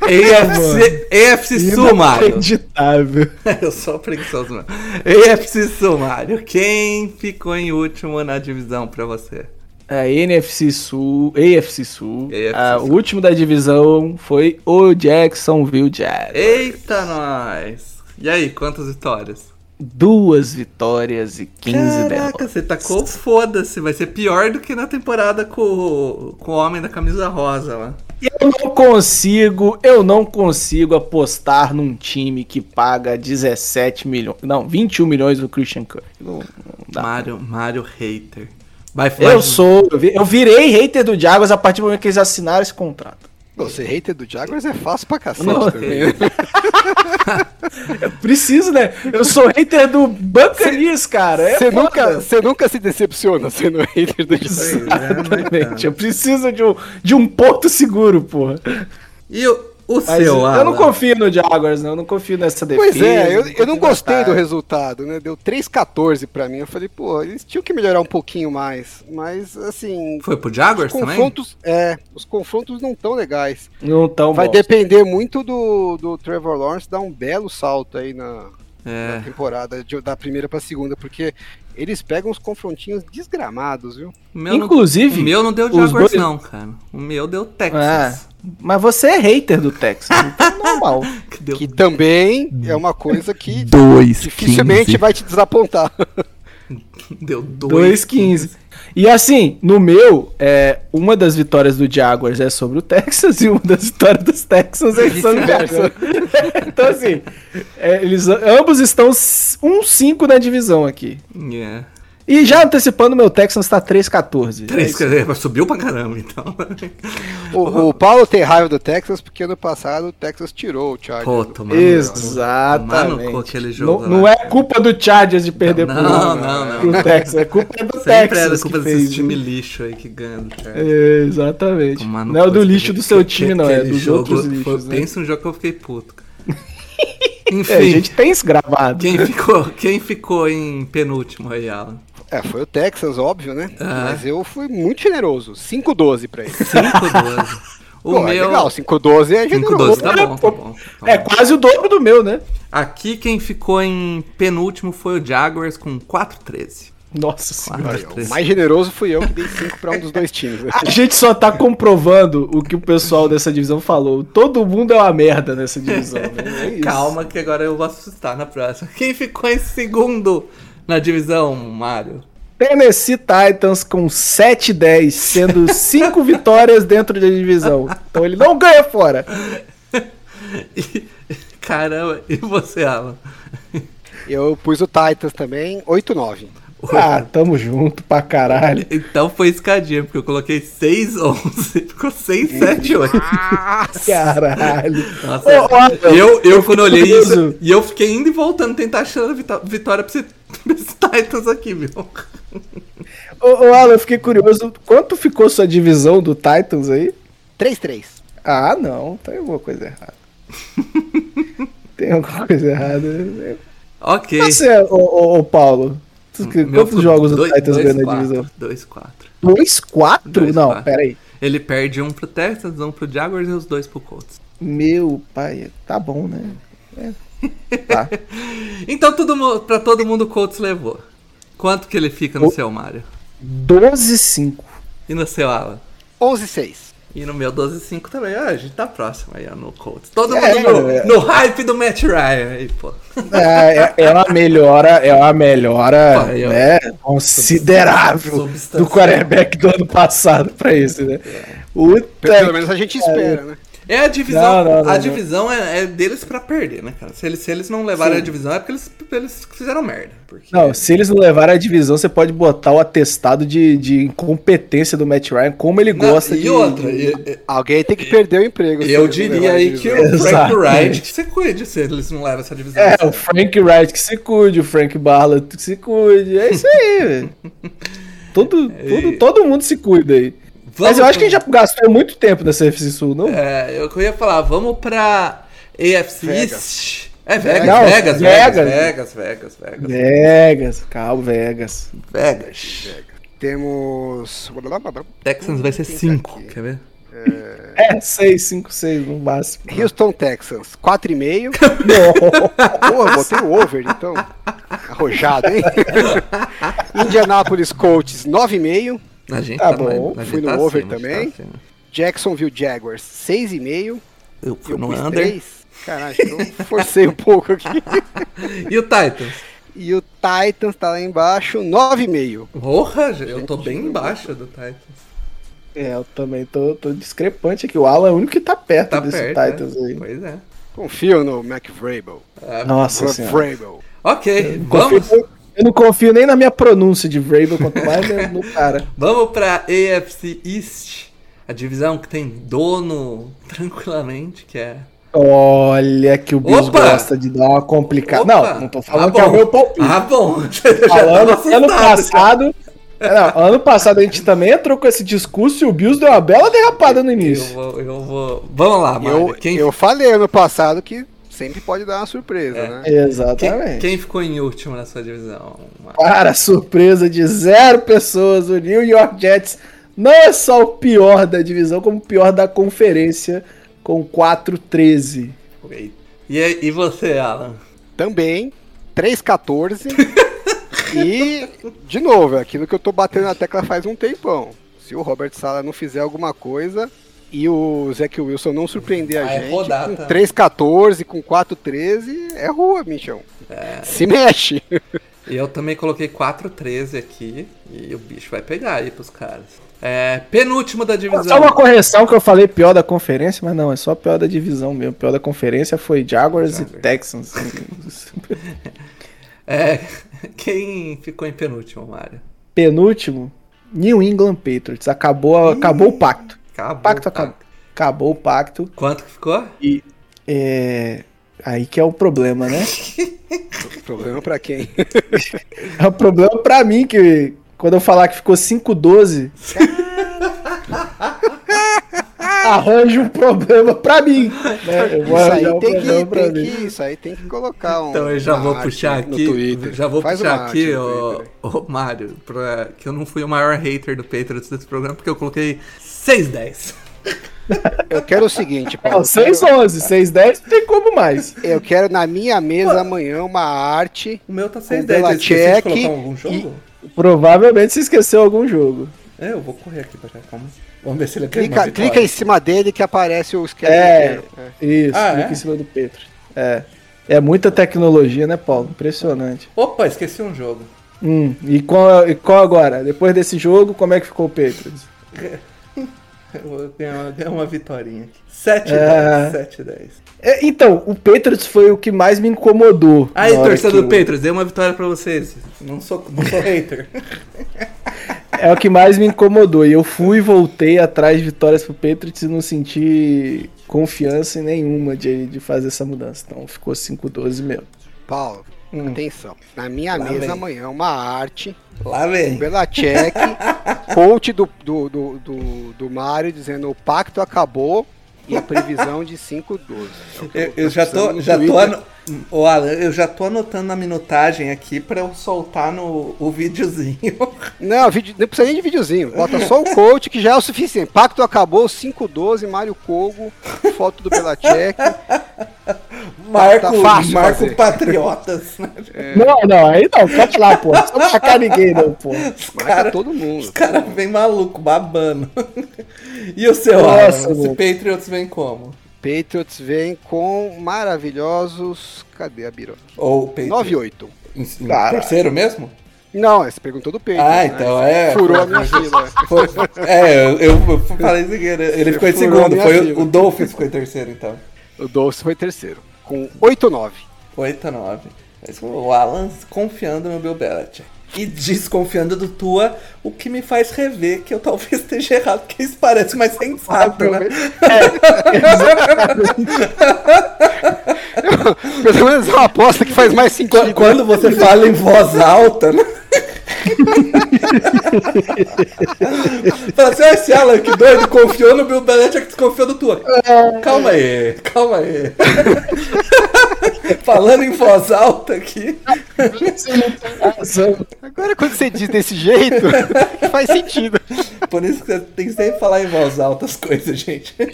A: AFC, AFC Sumário.
B: Inacreditável.
A: Eu sou preguiçoso mesmo. AFC Sumário. Quem ficou em último na divisão pra você?
B: A NFC Sul, AFC Sul,
A: AFC
B: a-
A: Sul.
B: o último da divisão foi o Jacksonville Jaguars.
A: Eita, nós! E aí, quantas vitórias?
B: Duas vitórias e 15 derrotas.
A: Caraca, você tacou o foda-se. Vai ser pior do que na temporada com, o- com o homem da camisa rosa lá.
B: Eu não consigo, eu não consigo apostar num time que paga 17 milhões, não, 21 milhões no Christian Kirk. Não, não dá.
A: Mario, Mario Hater. Vai vai-
B: Eu sou, eu vi- eu virei hater do Jaguars a partir do momento que eles assinaram esse contrato.
C: Pô, ser hater do Jaguars é fácil pra cacete
A: Não,
B: é.
C: também. né?
B: Eu preciso, né? Eu sou hater do Buccaneers, cara. É
C: Você
B: foda.
C: nunca, você nunca se decepciona sendo hater do Jaguars.
B: Exatamente. Eu preciso de um, de um ponto seguro, porra.
A: E o, o
B: Mas
A: seu,
B: eu não
A: Alan?
B: confio no Jaguars, não. Eu não confio nessa defesa.
C: Pois é, eu, eu não
B: confio na
C: gostei do
B: tática.
C: resultado, né? Deu 3-14 pra mim. Eu falei, pô, eles tinham que melhorar um pouquinho mais. Mas, assim,
A: Foi pro
C: os
A: Jaguars também?
C: confrontos, é, os confrontos não tão legais.
B: Não tão
C: Vai
B: bom.
C: depender muito do, do Trevor Lawrence dar um belo salto aí na, na
A: É.
C: temporada, de- da primeira pra segunda, porque eles pegam os confrontinhos desgramados, viu?
A: O meu, não,
B: Inclusive,
A: o meu não deu
B: os
A: Jaguars,
B: dois-
A: não, cara. O meu deu Texas.
B: Ah, mas você é hater do Texas, então é normal.
A: Que deu
C: Que também
B: Hum.
C: é uma coisa que
A: dois
C: dificilmente vai te desapontar.
A: Deu dois
B: 2,15. E assim, no meu, é, uma das vitórias do Jaguars é sobre o Texas e uma das vitórias dos Texans é sobre o Jaguars.
C: Vice-versa.
B: então assim, é, eles, ambos estão 1-5 na divisão aqui.
A: Yeah.
B: E já antecipando, meu Texans tá 3-14.
A: Três,
B: É isso.
A: quer dizer, subiu pra caramba, então.
C: O, o Paulo tem raiva do Texas porque ano passado o Texas tirou o Chargers.
A: Pô, tomando. Tomar no cu
B: Exatamente.
A: aquele jogo
B: Não,
A: lá.
B: não é culpa do Chargers de perder
A: Não,
B: pro-
A: não, não.
B: pro Texas, é culpa do
A: Sempre
B: Texas.
A: era
B: que
A: culpa
B: fez
A: desse
B: isso.
A: time lixo aí que ganha do Chargers.
B: É, exatamente.
A: Tomar no
B: Não é o
A: cu,
B: do
A: aquele-
B: lixo do seu
A: aquele-
B: time, não, é
A: aquele
B: dos
A: jogo
B: outros
A: foi-
B: lixos. né?
A: Pensa um jogo que eu fiquei puto, cara. Enfim,
B: É, a gente tem isso gravado.
A: quem, ficou, quem ficou em penúltimo aí, Alan?
C: É, foi o Texas, óbvio, né?
A: Ah.
C: Mas eu fui muito generoso. 5-12 pra ele.
A: 5-12. O
C: Pô, é
A: meu.
C: legal, 5-12 é
A: 5-12,
C: generoso.
A: tá bom, tá bom. tá
B: É
A: bom.
B: quase o dobro do meu, né?
A: Aqui quem ficou em penúltimo foi o Jaguars com 4-13.
B: Nossa senhora.
C: Olha, o mais generoso fui eu que dei 5 pra um dos dois times. né?
B: A gente só tá comprovando o que o pessoal dessa divisão falou. Todo mundo é uma merda nessa divisão. né? É isso.
A: Calma que agora eu vou assustar na próxima. Quem ficou em segundo na divisão, Mário?
B: Tennessee Titans com 7-10, sendo 5 vitórias dentro da divisão. Então ele não ganha fora.
A: E- caramba, e você, Alan?
C: Eu pus o Titans também, 8-9.
B: Ah, tamo junto pra caralho.
A: Então foi escadinha, porque eu coloquei 6, 11, ficou 6, 7, 8.
B: Caralho.
A: Nossa,
B: Ô, ô,
A: eu, eu quando olhei isso,
B: Isso.
A: e eu fiquei indo e voltando, tentar achar a vitó- vitória pra esse- pra esses Titans aqui, viu?
B: Ô, ô, Alan, eu fiquei curioso. Quanto ficou sua divisão do Titans aí?
C: 3-3.
B: Ah, não. Tem alguma coisa errada. Tem alguma coisa errada.
A: Ok.
B: E você, ô, ô, ô, Paulo? tu- que-
A: Hum, Meu
B: Quantos
A: foi
B: jogos
A: dois-
B: o Titans
A: dois,
B: ganha na
A: quatro,
B: divisão?
A: dois, quatro.
B: 2, 4?
A: Dois,
B: Não,
A: quatro.
B: peraí.
A: Ele perde um pro Texans, um pro Jaguars e os dois pro Colts.
B: Meu pai, tá bom, né?
A: Hum. Então todo mu- pra todo mundo o Colts levou. Quanto que ele fica no
B: O-
A: seu Mario?
B: 12, 5.
A: E no seu Alan?
C: 11-6.
A: E no meu 12 e 5 também. Ah, a gente tá próximo aí, ó, no Colts. Todo
B: É,
A: mundo no,
B: é.
A: no hype do Matt Ryan aí, pô.
B: É, é, é uma melhora, é uma melhora
A: Pai, eu-
B: né, considerável
A: Substancial.
B: do quarterback do ano passado pra esse, né? Puta
C: Pelo menos a gente espera, né?
A: É a divisão.
B: Não, não, não,
A: a
B: não.
A: divisão é, é deles pra perder, né, cara? Se eles, se eles não levarem a divisão é porque eles, eles fizeram merda. Porque...
B: Não, se eles não levarem a divisão, você pode botar o atestado de, de incompetência do Matt Ryan, como ele
A: Não,
B: gosta
A: e
B: de.
A: outra,
B: de-
A: e- e-
C: Alguém tem que perder o emprego. assim, né? se
A: eu
C: não levar
A: diria
C: a
A: aí que
C: divisão.
A: o Frank
B: Exatamente.
A: Wright que se cuide se eles não levam essa divisão.
B: É, o Frank Wright que se cuide, o Frank Barlett que se cuide. É isso aí, velho. Todo, todo, todo mundo se cuida aí. Mas eu acho que a gente já gastou muito tempo nessa FC Sul, não?
A: É, eu ia falar, vamos pra AFC East. É Vegas,
B: Não,
A: Vegas, Vegas,
B: Vegas.
A: Vegas, Vegas, Vegas,
B: Vegas, calma, Vegas.
A: Vegas.
C: Temos.
A: Texans vai ser 5, quer ver?
B: É, 6, 5, 6 no máximo.
C: Houston, Texans, 4,5.
B: Não.
C: Porra, botei o over, então. Arrojado, hein? Indianapolis Colts, 9,5.
A: A gente
B: Tá
A: tá
B: bom,
A: mais- a gente
C: fui no
A: tá
C: over
A: acima, a gente
C: também.
A: tá acima.
C: Jacksonville Jaguars, 6,5.
A: eu fui
C: Eu
A: no
C: pus
A: under.
C: 3. Caralho, eu forcei um pouco aqui.
A: E o Titans?
C: E o Titans tá lá embaixo, 9,5.
A: Porra, eu tô bem embaixo do Titans.
B: É, eu também tô, tô discrepante aqui. O Alan é o único que tá perto
A: Tá
B: desse
A: perto.
B: Titans
A: né?
B: aí.
A: Pois é.
C: Confio no Mac Vrabel.
B: Nossa senhora.
C: Vrabel.
A: Ok,
B: Confio-
A: vamos,
B: eu não confio nem na minha pronúncia de Vrabel, quanto mais no no cara.
A: vamos pra AFC East. A divisão que tem dono tranquilamente, que é
B: Olha que o Bills
A: Opa!
B: gosta de dar uma complicada.
A: Opa!
B: Não, não tô falando
A: Ah,
B: que é o
A: bom.
B: meu palpite.
A: Ah, bom. Eu já
B: falando,
A: tava
B: ano
A: assustado, cara.
B: passado. é, Não, ano passado a gente também entrou com esse discurso e o Bills deu uma bela derrapada no
A: Eu
B: início.
A: vou, eu vou. Vamos lá, Mário.
C: Eu,
A: Quem,
C: eu falei ano passado que sempre pode dar uma surpresa,
A: É.
C: né?
A: quem,
B: Exatamente.
A: quem ficou em último na sua divisão? Mário?
B: Para a surpresa de zero pessoas, o New York Jets não é só o pior da divisão, como o pior da conferência, com 4-13.
A: E, aí- e você, Alan?
C: Também, 3,14. e, de novo, é aquilo que eu tô batendo na tecla faz um tempão. Se o Robert Sala não fizer alguma coisa e o Zac Wilson não surpreender a
A: Vai
C: gente,
A: rodar,
C: com
A: tá?
C: 3,14, com 4,13, é rua, Michão.
A: É.
C: Se mexe.
A: Eu também coloquei 4-13 aqui e o bicho vai pegar aí pros caras. É, penúltimo da divisão.
B: Só uma correção que eu falei pior da conferência, mas não, é só pior da divisão mesmo. Pior da conferência foi Jaguars, e Texans.
A: É, quem ficou em penúltimo, Mário?
B: Penúltimo, New England Patriots. Acabou, acabou o pacto.
A: Acabou.
B: Pacto
A: o pacto.
B: acabou. Acabou o pacto.
A: Quanto que ficou?
B: E é. Aí que é o problema, né?
C: Problema pra quem?
B: É o problema pra mim que quando eu falar que ficou 5-12. arranjo um problema pra mim. né? Eu vou
C: Isso
B: arranjar
C: aí
B: um
C: tem
B: problema
C: que,
B: pra
C: tem
B: mim.
C: que, isso aí tem que colocar um.
A: Então eu já
C: uma
A: vou
C: arte
A: puxar
C: no
A: aqui.
C: Twitter.
A: Já vou
C: Faz uma
A: puxar
C: arte
A: aqui,
C: no
A: ô,
C: Twitter.
A: ô Mário, pra, que eu não fui o maior hater do Patriots desse programa, porque eu coloquei 6-10.
C: Eu quero o seguinte, Paulo.
B: Não, 6-11, 6-10 não tem como mais.
C: Eu quero na minha mesa amanhã uma arte
A: O meu tá
C: Com Belichick
B: Provavelmente se esqueceu algum jogo.
A: É, eu vou correr aqui pra cá, calma. Vamos ver se ele tem uma
C: Clica,
A: vitória.
C: clica em cima dele que aparece o esquema
B: É.
C: inteiro. É.
B: Isso,
A: Ah,
B: clica
A: é?
B: em cima do Petro. É. É muita tecnologia, né, Paulo? Impressionante.
A: Opa, esqueci um jogo.
B: Hum, e qual, e qual agora? Depois desse jogo, como é que ficou o Patriots?
A: Eu ganhei uma, ganhei uma vitorinha aqui. 7
B: É.
A: 10, 7 10.
B: É, então, o Patriots foi o que mais me incomodou.
A: Aí,
B: na hora
A: torcedor do
B: que eu-
A: Patriots, dei uma vitória pra vocês. Não sou, não sou hater.
B: É o que mais me incomodou. E eu fui e voltei atrás de vitórias pro Patriots e não senti confiança em nenhuma de, de fazer essa mudança. Então ficou 5-12 mesmo.
C: Paulo, atenção. Na minha
A: Hum. Lá
C: mesa
A: vem.
C: amanhã é uma arte
A: Lá
C: o
A: vem.
C: Belichick, coach do, do, do, do, do Mário dizendo o pacto acabou e a previsão de 5-12. É o que
A: Eu, eu já tô,
C: precisando
A: já
C: no
A: tô,
C: Twitter.
A: ano... Ô, Alan, eu já tô anotando a minutagem aqui pra eu soltar no o videozinho.
C: Tá, Não, vídeo, não precisa nem de videozinho. Bota só o coach que já é o suficiente. Pacto acabou, 5-12, Mário Kogo, foto do Belichick.
A: Marco,
C: fácil
A: Marco
C: fazer.
A: Patriotas. Né?
B: Não, não, aí não, pode lá, pô. Não precisa marcar ninguém, não, pô.
C: Marca
A: Cara,
C: todo
A: Os
C: mundo.
A: caras vêm maluco, babando. E o seu
B: Nossa,
A: Alan? Esse
B: mano.
A: Patriots vem como?
C: Patriots vem com maravilhosos. Cadê a Biro?
A: Ou o Patriots?
C: 9-8.
A: Em- em
B: Cara.
A: terceiro mesmo?
C: Não, você perguntou do peito.
A: Ah,
C: né?
A: então é.
C: Furou a minha fila.
A: Foi- é, eu, eu falei isso aqui, ele ficou em
C: furou
A: segundo,
C: minha
A: foi
C: fila.
A: o, o Dolphins ficou em terceiro, então.
C: O Dolce foi terceiro, com 8-9.
A: 8 a 9. Mas É o Alan confiando no Bill Belichick. E desconfiando do Tua, o que me faz rever que eu talvez esteja errado, porque isso parece mais sensato, né?
C: Pelo menos é uma aposta que faz mais
A: Qu-
C: sentido.
A: Quando você fala em voz alta, né? Fala assim, "Ah, esse Alan, que doido, confiou no Bill Belichick, desconfiou do Tua. Calma aí, calma aí. Falando em voz alta aqui.
C: Agora quando você diz desse jeito, faz sentido.
A: Por isso que você tem que sempre falar em voz alta as coisas, gente.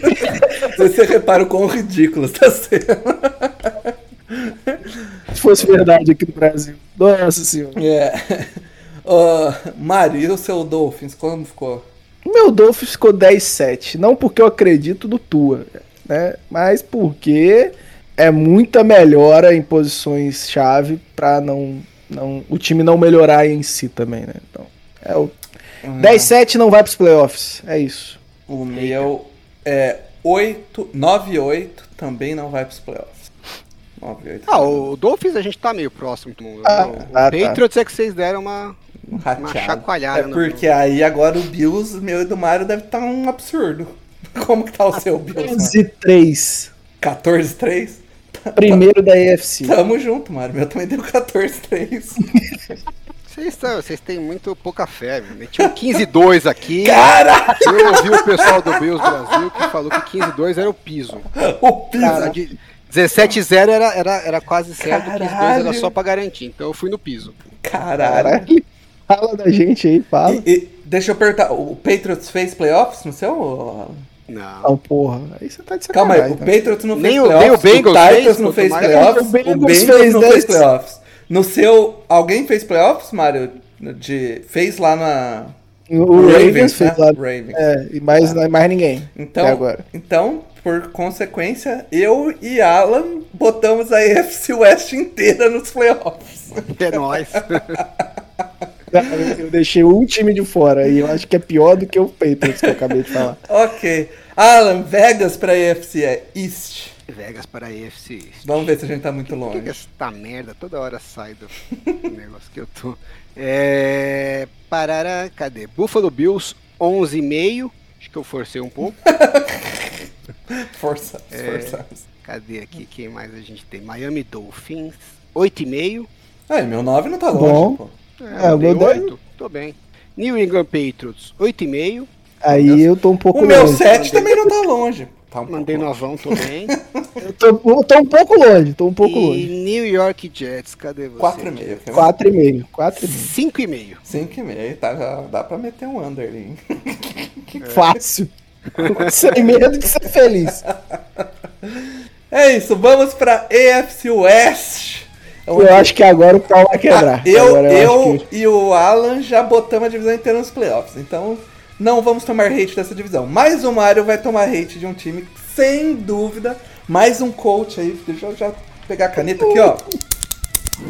A: Você, você repara o quão ridículo tá sendo.
B: Se fosse verdade aqui no Brasil. Nossa senhora.
A: É. Ô, Mari, e o seu Dolphins, como ficou?
B: O meu Dolphins ficou 10-7. Não porque eu acredito do Tua, né? Mas porque é muita melhora em posições chave pra não, não o time não melhorar em si também, né? Então, é o
A: Hum.
B: 10-7 não vai pros playoffs. É isso.
A: O meu é 8, 9 8 também não vai pros playoffs. 9 8.
C: Ah, o Dolphins a gente tá meio próximo do mundo.
B: Ah,
C: o
B: ah, tá.
C: Patriots é que vocês deram uma. uma chacoalhada
A: É
C: no-
A: porque aí agora o Bills, meu e do Mário, deve estar um absurdo. Como que tá o seu Bills?
B: 11-3.
A: 14 3?
B: Primeiro da EFC.
A: Tamo junto, Mário. Meu também deu 14 3.
C: Vocês, tão- vocês têm muito pouca fé, meu. Metiam 15-2 aqui.
A: Cara,
C: Eu ouvi o pessoal do Bills Brasil que falou que 15-2 era o piso.
A: o piso.
C: Apesar de 17-0 era, era, era quase certo, 15-2 era
A: Caralho.
C: só pra garantir. Então eu fui no piso.
A: Caralho.
B: Caralho. Fala da gente aí, fala.
A: E- e deixa eu perguntar, o Patriots fez playoffs no seu? Alan?
C: Não.
B: Não, porra. Aí você tá de
A: Calma aí,
B: sacanagem.
A: o Patriots não fez
C: Nem o-
A: playoffs,
C: nem o Bengals
A: o
C: fez,
A: Titans não
C: quanto
A: fez
C: mais-
A: playoffs,
B: O
A: o
B: Bengals
A: Bengals,
B: fez
A: não fez
B: dez.
A: playoffs. No seu, alguém fez playoffs, Mário? De, fez lá na...
B: O, Ravens
A: né?
B: fez lá.
A: Ravens. Tá.
B: É, e mais, mais ninguém.
A: Então,
B: até agora.
A: então, por consequência, eu e Alan botamos a AFC West inteira nos playoffs.
C: É nóis.
B: Eu deixei um time de fora e eu acho que é pior do que o Patriots que eu acabei de falar.
A: ok. Alan, Vegas pra AFC East.
C: Vegas para a AFC. East.
A: Vamos ver se a gente tá muito
C: Por que que
A: longe.
C: essa merda toda hora sai do negócio que eu tô? É... Parará, cadê? Buffalo Bills, 11,5. Acho que eu forcei um pouco.
A: Força,
B: É.
A: força.
C: Cadê aqui? Quem mais a gente tem? Miami Dolphins, 8,5.
A: Ah, e meu 9 não tá longe,
B: Bom.
A: pô.
B: É,
C: eu
B: o
C: dei
B: meu deu-
C: oito, Tô bem. New England Patriots, 8,5.
B: Aí eu tô um pouco
A: O meu
B: longe.
A: 7 também não tá longe. Tá um
C: Mandei
A: pouco
C: no avão, tô bem.
B: Eu tô, eu tô um pouco longe, tô um pouco
C: e
B: longe.
C: New York Jets, cadê você?
A: longe. 4,5.
B: 4,5. 4,5.
C: 5,5.
A: 5,5, tá? Já dá pra meter um under ali. hein?
B: Fácil. Sem medo de ser feliz.
A: É isso, vamos pra AFC West.
B: Eu acho que agora o pau vai quebrar.
A: Ah, Eu,
B: agora
A: eu,
B: acho
A: e o Alan já botamos a divisão inteira nos playoffs, então não vamos tomar hate dessa divisão. Mas o Mario vai tomar hate de um time, sem dúvida. Mais um coach aí, deixa eu já pegar a caneta aqui, ó.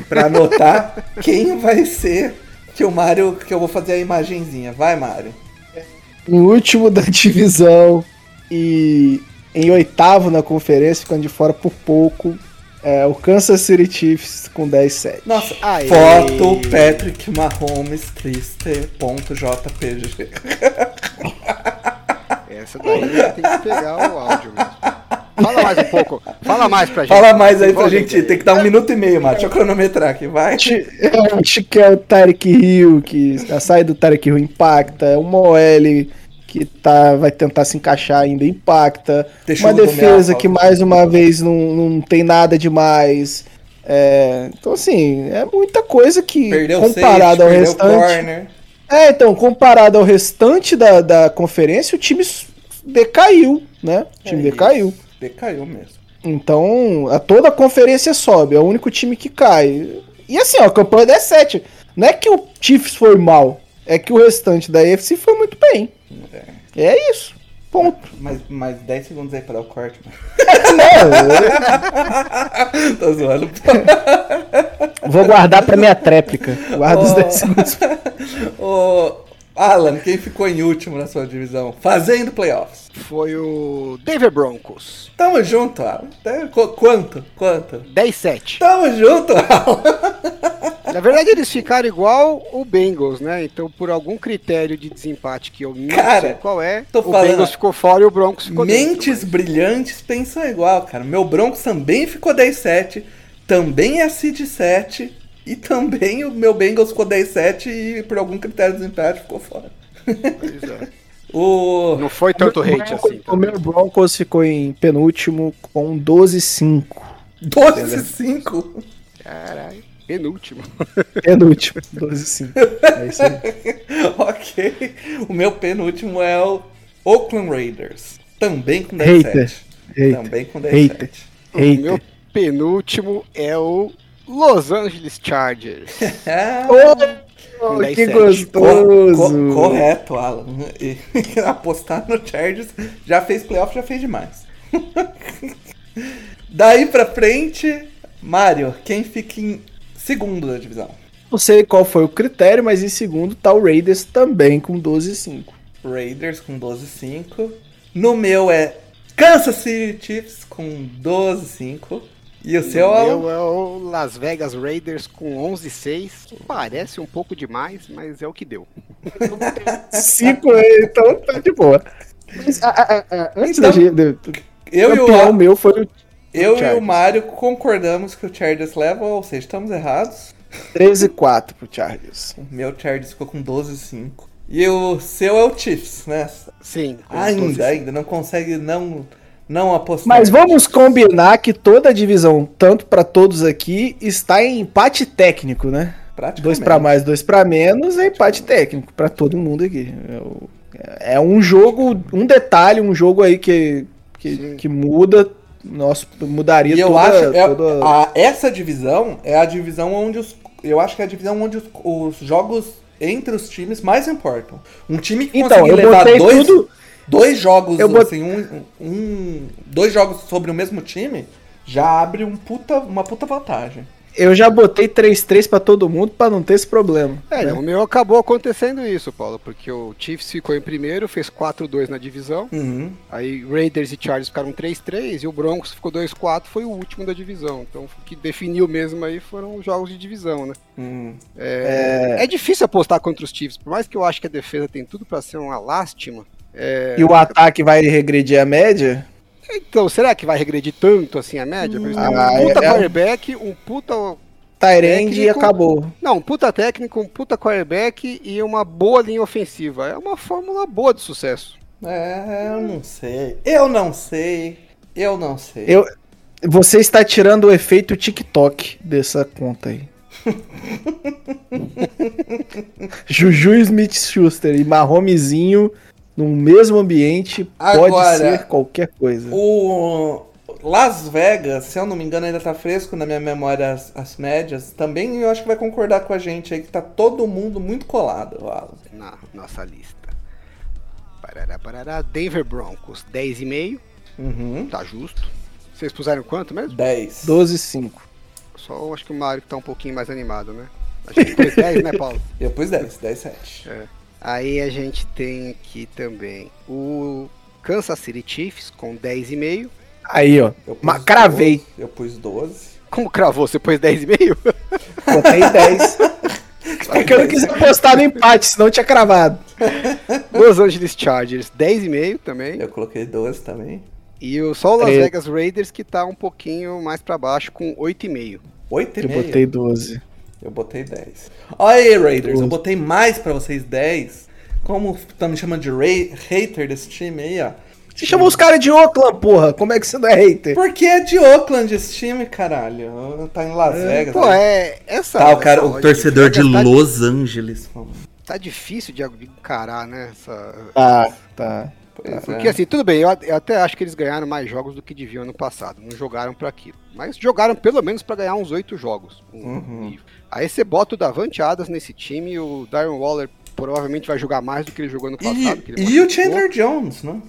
A: Pra anotar quem vai ser que o Mario. Que eu vou fazer a imagenzinha. Vai, Mario.
B: que em último da divisão e em oitavo na conferência, ficando de fora por pouco. É, o Kansas City Chiefs com 10-7.
A: Nossa,
C: Aê.
A: foto Patrick Mahomes triste.jpg.
C: Essa daí tem que pegar o áudio mesmo. Fala mais um pouco. Fala mais pra gente.
A: Fala mais aí pra
C: Envolve
A: gente.
C: ideia.
A: Tem que dar um minuto e meio, Mario. Deixa eu cronometrar aqui, vai.
B: Ti- é, acho que é o Tarek Hill, que a saída do Tarek Hill impacta, é uma OL que tá, vai tentar se encaixar ainda, impacta,
A: Deixa
B: uma
A: eu nomear
B: defesa
A: a
B: que
A: pauta.
B: mais uma vez não, não tem nada demais. É, então, assim, é muita coisa que
A: Perdeu safety,
B: comparado ao
A: perdeu
B: restante.
A: corner.
B: É, então, comparado ao restante da, da conferência, o time s- decaiu, né? O time
A: É
B: decaiu.
A: Decaiu mesmo.
B: Então, a toda a conferência sobe, é o único time que cai. E assim, ó, a campanha é 7. Não é que o Chiefs foi mal, é que o restante da AFC foi muito bem. É isso. Ponto.
A: Mas, mas 10 segundos aí pra dar o corte, mano.
B: Não,
A: Tô zoando.
B: Vou guardar pra minha tréplica. Guarda os
A: Ó.
B: 10 segundos.
A: Ô, Alan, quem ficou em último na sua divisão? Fazendo playoffs.
C: Foi o Denver Broncos.
A: Tamo junto, Alan. Até- qu- Quanto? Quanto?
C: 10-7.
A: Tamo junto, Alan.
C: Na verdade, eles ficaram igual o Bengals, né? Então, por algum critério de desempate que eu não
A: Cara,
C: sei qual é,
A: tô
C: o
A: falando.
C: Bengals ficou fora e o Broncos ficou dentro.
A: Mentes brilhantes pensam igual, cara. Meu Broncos também ficou 10-7, também é seed 7 e também o meu Bengals ficou 10-7 e por algum critério de desempate ficou fora. o...
C: é, Não foi tanto hate assim.
B: O meu Broncos ficou em penúltimo com 12-5.
A: 12-5.
C: Caralho, penúltimo.
B: Penúltimo, 12-5. É isso aí.
A: ok. O meu penúltimo é o Oakland Raiders. Também com 10-7.
B: Hater. Hater.
A: Também com 10-7.
B: Hater.
C: O
B: Hater.
C: meu penúltimo é o Los Angeles Chargers.
A: Ah,
B: Oh,
C: Dez
B: que
C: sete.
A: co-
B: gostoso!
A: co- correto, Alan. E apostar no Chargers já fez playoff, já fez demais. Daí pra frente, Mário, quem fica em segundo da divisão?
B: Não sei qual foi o critério, mas em segundo tá o Raiders também com 12-5.
A: Raiders com 12-5. No meu é Kansas City Chiefs com 12-5. E o seu
C: o
A: Alan?
C: meu é o Las Vegas Raiders com 11-6. que Parece um pouco demais, mas é o que deu.
B: 5, então tá de boa. Mas, ah, ah, ah, ah, antes
A: Então,
B: da gente. do-
A: eu e o,
B: campeão meu foi o
A: eu e o
B: Chargers.
A: Mário concordamos que o Chargers leva, ou seja, estamos errados.
B: 13-4 pro Chargers.
A: O meu Chargers ficou com 12-5. E o seu é o Chiefs, né?
C: Sim. com
A: Ainda,
C: 12-6.
A: ainda. Não consegue não, não apostar.
B: Mas vamos combinar que toda a divisão, tanto pra todos aqui, está em empate técnico, né?
A: Praticamente.
B: Dois pra mais, dois pra menos, é empate técnico pra todo mundo aqui. É o- É um jogo, um detalhe, um jogo aí que, que,
C: Sim.
B: que muda, nosso, mudaria
A: E eu
B: toda-
A: acho é-
B: toda-
A: a- essa divisão é a divisão onde os. Eu acho que é a divisão onde os, os jogos entre os times mais importam. Um time que
B: Então, eu
A: conseguir levar
B: botei
A: dois,
B: tudo.
A: dois jogos,
B: eu bot-
A: assim, um, um- Dois jogos sobre o mesmo time já abre um puta, uma puta vantagem.
B: Eu já botei 3-3 pra todo mundo pra não ter esse problema.
C: É,
B: né?
C: o meu acabou acontecendo isso, Paulo, porque o Chiefs ficou em primeiro, fez 4-2 na divisão.
A: Uhum.
C: Aí Raiders e Chargers ficaram 3-3 e o Broncos ficou 2-4, foi o último da divisão. Então o que definiu mesmo aí foram os jogos de divisão, né?
A: Uhum.
C: É, difícil apostar contra os Chiefs, por mais que eu acho que a defesa tem tudo pra ser uma lástima.
A: é.
B: E o ataque vai regredir a média?
C: Então, será que vai regredir tanto assim a média? Porque eles têm
B: Ah,
C: um puta
B: é-
C: quarterback, um puta.
B: Tyrande e
C: Técnico.
B: acabou.
C: Não, um puta técnico, um puta quarterback e uma boa linha ofensiva. É uma fórmula boa de sucesso.
A: É, eu não sei. Eu não sei. Eu não sei.
B: Eu- Você está tirando o efeito TikTok dessa conta aí. Juju Smith Schuster e Marromezinho no mesmo ambiente
A: Agora,
B: pode ser qualquer coisa.
A: O Las Vegas, se eu não me engano, ainda tá fresco na minha memória as, as médias. Também eu acho que vai concordar com a gente aí que tá todo mundo muito colado, eu acho.
C: na nossa lista. Parará, parará. Denver Broncos, 10,5.
A: Uhum.
C: Tá justo. Vocês puseram quanto mesmo?
A: 10.
B: 12 5.
C: Só acho que o Mário que tá um pouquinho mais animado, né? A gente pôs 10, né, Paulo?
A: Eu pus 10, 10, 7.
C: É. Aí a gente tem aqui também o Kansas City Chiefs com 10,5.
B: Aí, ó.
A: Eu pus
B: Ma- cravei.
A: 12, eu pus 12.
C: Como cravou? Você pôs 10,5?
B: Botei 10. Porque eu não quis apostar no empate, senão eu tinha cravado.
C: Los Angeles Chargers, 10,5 também.
A: Eu coloquei 12 também.
C: E o, só o Las
B: Treze.
C: Vegas Raiders que tá um pouquinho mais pra baixo com 8,5.
A: 8 e
B: Eu
A: meio.
B: botei 12.
A: Eu botei 10. Olha aí, Raiders. Eu
B: Doze.
A: botei mais pra vocês 10. Como tá me chamando de ra- hater desse time aí, ó.
B: Você chamou os caras de Oakland, porra. Como é que você não é hater?
A: Porque é de Oakland esse time, caralho. Tá em Las Vegas.
C: Pô,
A: né?
C: é essa.
A: Tá, o, cara,
C: essa
A: o
C: lógica
A: torcedor de
C: Vegas tá
A: Los Angeles. mano.
C: Tá difícil de de encarar, né? Essa...
B: Tá, tá.
A: Pois
C: Porque assim, tudo bem, eu, a- eu até acho que eles ganharam mais jogos do que deviam ano passado. Não jogaram pra aquilo. Mas jogaram pelo menos pra ganhar uns oito jogos. Um
A: Uhum.
C: nível. Aí você bota o Davante Adams nesse time, o Darren Waller provavelmente vai jogar mais do que ele jogou no passado. que ele
A: E, e o
C: machucou.
A: Chandler Jones, né?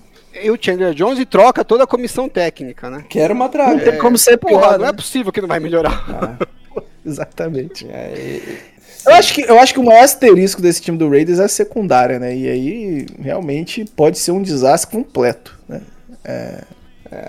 C: E o Chandler Jones e troca toda a comissão técnica, né?
A: Que era uma
B: Não
A: draga. É,
B: tem como ser
C: Porra,
B: pior,
C: não
B: né?
C: é possível que não vai melhorar.
B: Exatamente.
A: é,
B: Eu acho, que, eu acho que o maior asterisco desse time do Raiders é a secundária, né? E aí realmente pode ser um desastre completo, né? É,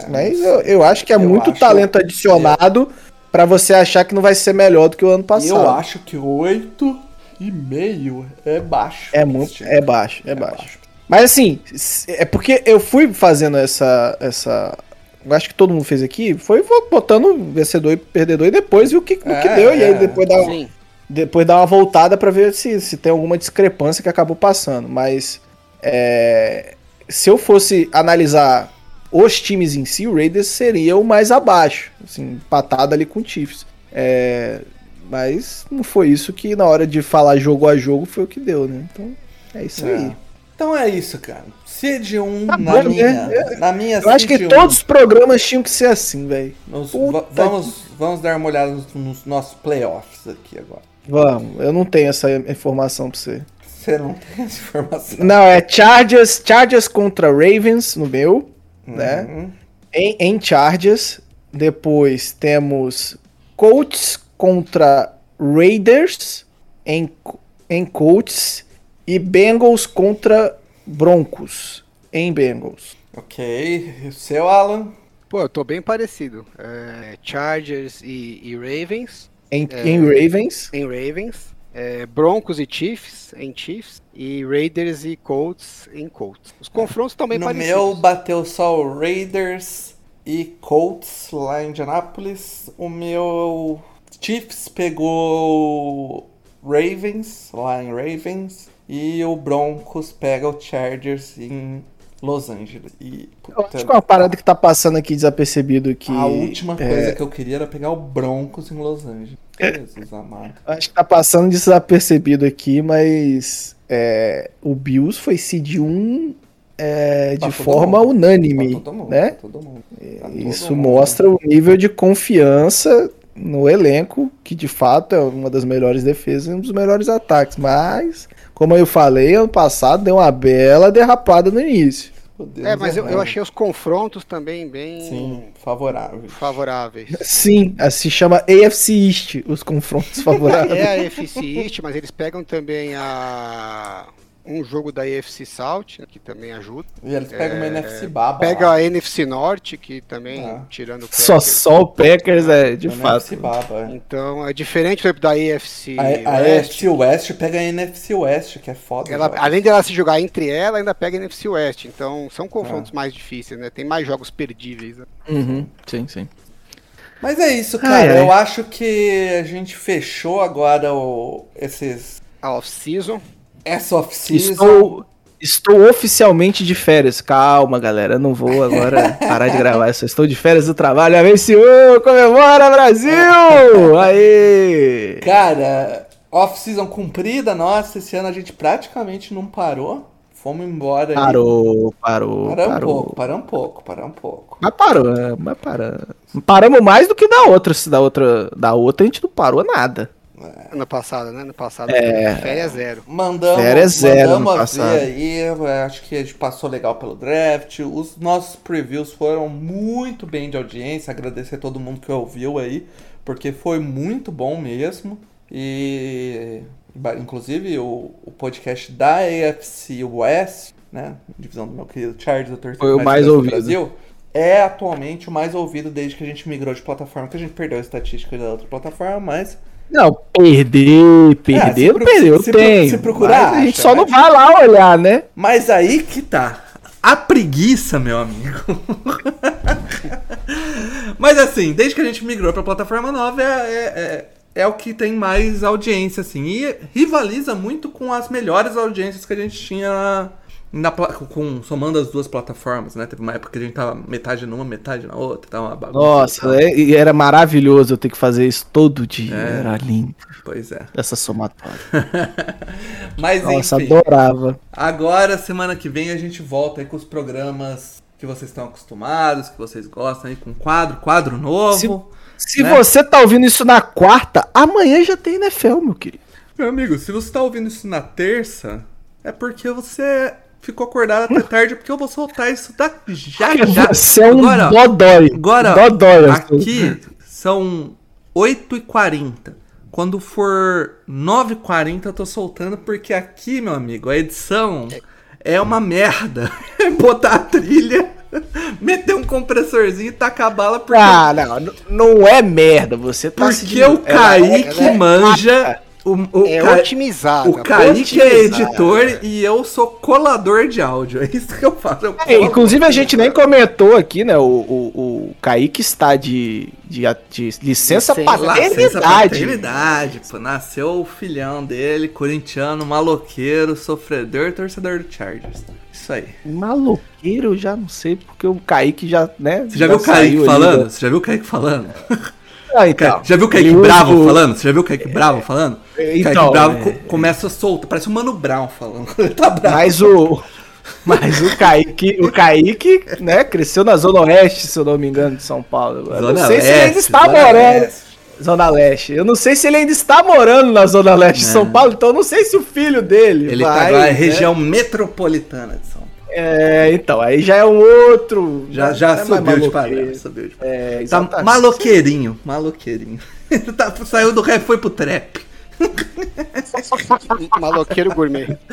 B: mas eu, eu acho que é
A: Eu
B: muito
A: acho-
B: talento adicionado pra você achar que não vai ser melhor do que o ano
A: E
B: passado.
A: eu acho que 8 e meio é baixo.
B: É muito, é baixo, é, baixo. Mas assim, s- é porque eu fui fazendo essa essa eu acho que todo mundo fez aqui, foi botando vencedor e perdedor e depois viu o que, no que
A: É,
B: deu e aí
A: é.
B: depois dá
C: Sim.
B: depois dá uma voltada pra ver se, se tem alguma discrepância que acabou passando, mas é, se eu fosse analisar os times em si, o Raiders seria o mais abaixo, assim, empatado ali com o Chiefs. É, mas não foi isso que na hora de falar jogo a jogo foi o que deu, né? Então é isso
A: É.
B: aí.
A: Então é isso, cara. CD1
B: Tá
A: na,
B: bom,
A: minha,
B: né?
A: na minha.
B: Eu acho que
A: CD1.
B: todos os programas tinham que ser assim, velho.
A: Nos-
B: Puta
A: va- vamos, vamos dar uma olhada nos, nos nossos playoffs aqui agora.
B: Vamos, eu não tenho essa informação pra você.
A: Você não tem essa informação.
B: Não, é Chargers, Chargers contra Ravens no meu, né?
A: Uhum.
B: Em, em Chargers. Depois temos Colts contra Raiders em, em Colts. E Bengals contra Broncos em Bengals.
A: Ok. E o seu, Alan?
C: Pô, eu tô bem parecido. É, Chargers e, e Ravens.
B: Em,
A: É.
B: em Ravens.
C: Em Ravens. É, Broncos e Chiefs em Chiefs. E Raiders e Colts em Colts. Os confrontos estão bem
A: no
C: parecidos.
A: meu bateu só o Raiders e Colts lá em Indianápolis. O meu Chiefs pegou o Ravens lá em Ravens. E o Broncos pega o Chargers em Los Angeles. E,
B: Eu
A: puta,
B: acho que é uma parada que tá passando aqui desapercebido que.
A: a última
B: é,
A: coisa que eu queria era pegar o Broncos em Los Angeles. Jesus amado.
B: Acho que tá passando desapercebido aqui, mas é, o Bills foi seed 1 é, de
A: Pra Tá todo
B: forma
A: mundo.
B: unânime,
A: Pra todo mundo,
B: né?
A: pra todo mundo. Pra Tá todo
B: Isso
A: mundo. né?
B: mostra o nível de confiança no elenco, que de fato é uma das melhores defesas e um dos melhores ataques. Mas, como eu falei, ano passado deu uma bela derrapada no início.
A: Meu Deus
C: É, mas eu, eu
A: amado.
C: achei os confrontos também bem
A: Sim, favorável.
C: favoráveis.
B: Sim, a- Assim, se chama AFC East, os confrontos favoráveis.
C: É a AFC East, mas eles pegam também a um jogo da AFC South, né, que também ajuda.
A: E eles pegam
C: É,
A: uma NFC baba.
C: Pega
A: lá.
C: a NFC Norte, que também,
A: Ah.
C: tirando o
B: Só,
C: Packers.
B: só o Packers é, de
A: Uma
B: fato.
A: NFC baba, é.
C: Então, é diferente por exemplo, da AFC
A: A, a
C: West.
A: NFC West pega a NFC West, que é foda.
C: Ela,
A: velho.
C: além dela se jogar entre ela, ainda pega a NFC West. Então, são
A: É.
C: confrontos mais difíceis, né? Tem mais jogos perdíveis. né?
B: Uhum, sim, sim.
A: Mas é isso, cara.
B: Ai, ai.
A: Eu acho que a gente fechou agora o, esses,
C: A off-season.
A: essa off-season.
B: Estou, estou oficialmente de férias. Calma, galera. eu Não vou agora parar de gravar. Eu só estou de férias do trabalho. Abençoou! Comemora, Brasil! Aê!
A: Cara, off-season cumprida, nossa, esse ano a gente praticamente não parou. Fomos embora. aí.
B: Parou, parou,
A: Paramos um
B: parou.
A: pouco, paramos um pouco, paramos um pouco.
B: Mas parou, é, mas paramos. Paramos mais do que da outra. Se da outra, da outra a gente não parou nada.
C: Ano passado, né? Ano passado.
A: É.
C: Férias zero.
A: Mandamos,
B: Férias zero
A: mandamos
B: ano
A: a
B: passado.
A: ver aí, eh, acho que a gente passou legal pelo draft. Os nossos previews foram muito bem de audiência. Agradecer a todo mundo que ouviu aí, porque foi muito bom mesmo. E ba- inclusive o, o podcast da AFC West, né? Divisão do meu querido Charles, eu torci
B: Foi o mais ouvido.
A: Brasil. É atualmente o mais ouvido desde que a gente migrou de plataforma, que a gente perdeu a estatística da outra plataforma, mas
B: Não, perder, perder,
A: É, se
B: não
A: pro-
B: perdeu.
A: se pro-
B: tem.
A: se procurar,
B: Mas a gente
A: acha,
B: só
A: né?
B: não vai lá olhar, né?
A: Mas aí que tá. A preguiça, meu amigo. Mas assim, desde que a gente migrou pra plataforma nova, é, é, é, é o que tem mais audiência, assim. E rivaliza muito com as melhores audiências que a gente tinha na, na pla- com, somando as duas plataformas, né? Teve uma época que a gente tava metade numa, metade na outra, tava uma bagunça.
B: Nossa, é- e era maravilhoso eu ter que fazer isso todo dia.
A: É.
B: Era lindo.
A: Pois é.
B: Essa somatória.
A: Mas
B: Nossa,
A: enfim.
B: adorava.
A: Agora, semana que vem, a gente volta aí com os programas que vocês estão acostumados, que vocês gostam aí, com quadro, quadro novo.
B: Se
A: Né?
B: você tá ouvindo isso na quarta, amanhã já tem NFL, meu querido.
A: Meu amigo, se você tá ouvindo isso na terça, é porque você ficou acordado até tarde, porque eu vou soltar isso da já já.
B: Você é um
A: Agora, ó,
B: dodói. assim.
A: agora,
B: dodói.
A: aqui são 8h40. Quando for 9h40, eu tô soltando, porque aqui, meu amigo, a edição é uma merda. É botar a trilha, meter um compressorzinho e tacar a bala, porque,
B: Ah, não, n- não é merda, você tá se
A: porque o
B: diminuindo. Ela-
A: Kaique
B: ela é-
A: manja. O, o
C: É
A: Ca-
C: otimizado.
A: o Kaique é editor e eu sou colador de áudio. É isso que eu faço. Eu
B: É,
A: colo-
B: inclusive a gente nem comentou aqui, né? O, o, o Kaique está de, de, de licença
C: Licença-
A: Licença
B: É paternidade.
A: paternidade, pô. Nasceu o filhão dele, corintiano, maloqueiro, sofredor, torcedor do Chargers. Isso aí.
B: Maloqueiro, eu já não sei, porque o Kaique já, né?
A: Você já viu o
B: saiu
A: Kaique
B: ali
A: falando?
B: da-
A: Você já viu o Kaique falando?
B: Ah,
A: Ca-
B: então.
A: já viu o Kaique
B: Ele usa
A: Bravo
B: o-
A: falando? Você já viu o Kaique Bravo falando?
B: É,
A: O Kaique
B: então,
A: Bravo
B: é.
A: co- começa solto, parece o Mano Brown falando. Ele tá bravo.
B: Mas o. Mas o Kaique, o Kaique, né, cresceu na Zona Oeste, se eu não me engano, de São Paulo. Eu não sei se ele ainda está
A: Zona
B: morando.
A: Leste.
B: Zona Leste. Eu não sei se ele ainda está morando na Zona Leste de
A: Não.
B: São Paulo, então eu não sei se o filho dele.
A: É. Ele tá
B: vai,
A: agora
B: né?
A: em região metropolitana de São Paulo.
B: É, então, aí já é um outro.
A: Já, já
B: é mais
A: subiu de
B: maluqueiro.
A: parar. Subiu de parar.
B: É,
A: Tá
B: exatamente.
A: maloqueirinho, maloqueirinho. Ele tá- saiu do rap e foi pro trap.
C: Maloqueiro gourmet.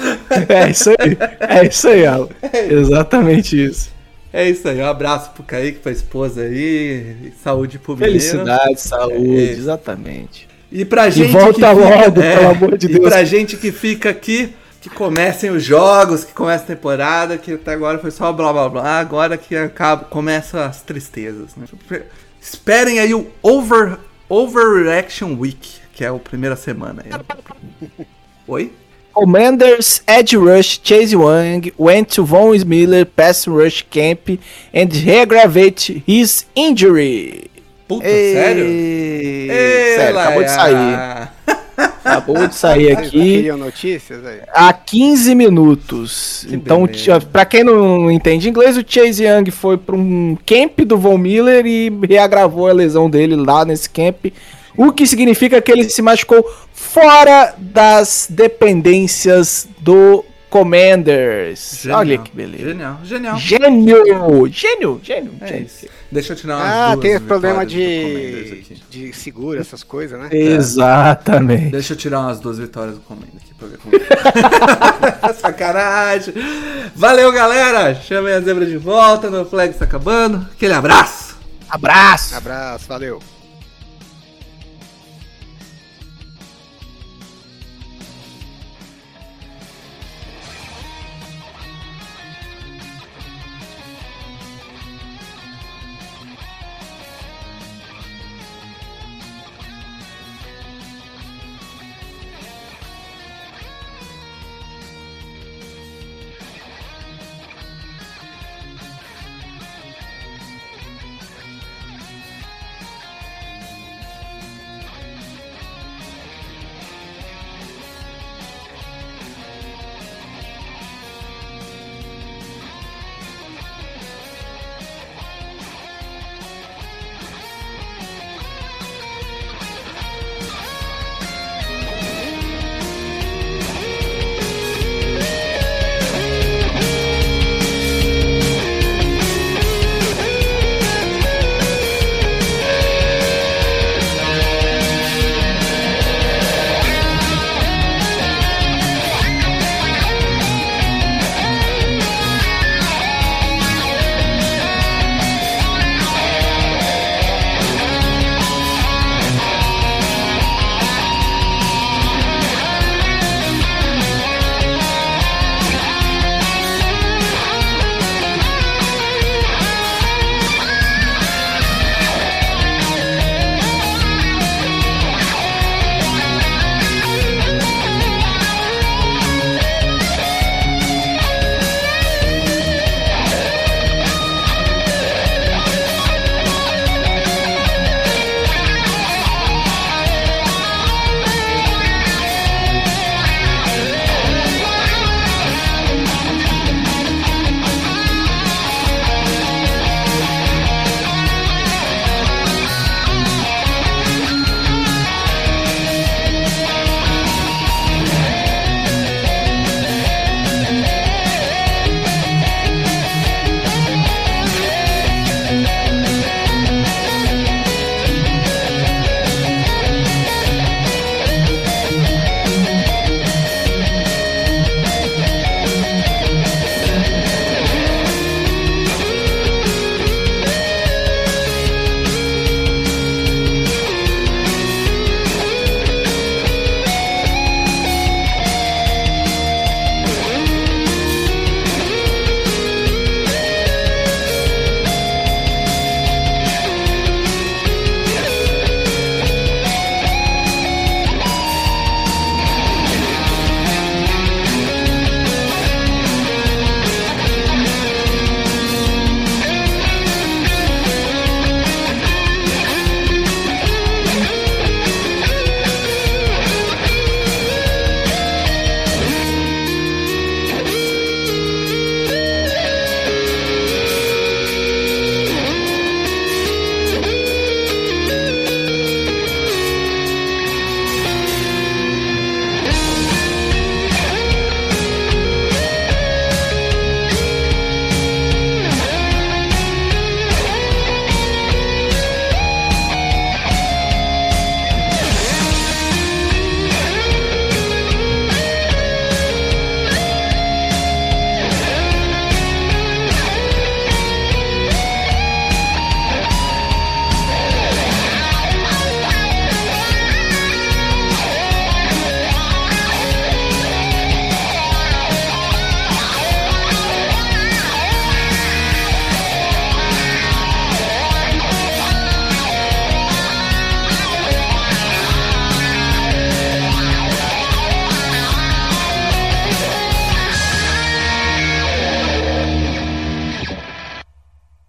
B: É isso aí. É isso aí, Alan. Exatamente isso.
A: É isso aí, um abraço pro Kaique, pra esposa aí, e saúde pro menino.
B: Felicidade, saúde,
A: É.
B: exatamente.
A: E pra gente É,
B: volta logo, pelo amor de
A: E
B: Deus.
A: pra gente que fica aqui, que comecem os jogos, que comece a temporada, que até agora foi só blá blá blá, agora que acaba, começa as tristezas, né? Esperem aí o Over Overreaction Week, que é a primeira semana aí. Oi?
B: Commanders, Edge Rush, Chase Wang went to Von Miller pass rush camp and reaggravate his injury.
A: Puta,
B: Ei,
A: Tá sério?
B: sério, acabou de sair. Acabou de sair
C: Vocês não
B: aqui
C: queriam notícias aí?
B: há 15 minutos. então,
A: beleza.
B: tia- pra quem não entende inglês, o Chase Young foi pra um camp do Von Miller e reagravou a lesão dele lá nesse camp. O que significa que ele se machucou fora das dependências do Commanders. Olha que beleza.
A: Genial, genial.
B: Gênio! Gênio, gênio,
A: É
B: gênio.
A: isso. Deixa eu tirar umas
C: Ah,
A: duas
C: tem esse
A: vitórias
C: problema
A: do Commanders
C: de,
A: aqui.
C: de seguro, essas coisas,
A: É.
C: né?
B: Exatamente.
A: Deixa eu tirar umas duas vitórias do Comendo aqui pra ver como é. tá. Sacanagem. Valeu, galera. Chamei a zebra de volta. No flag está acabando. Aquele abraço. É.
B: Abraço!
C: Abraço, valeu.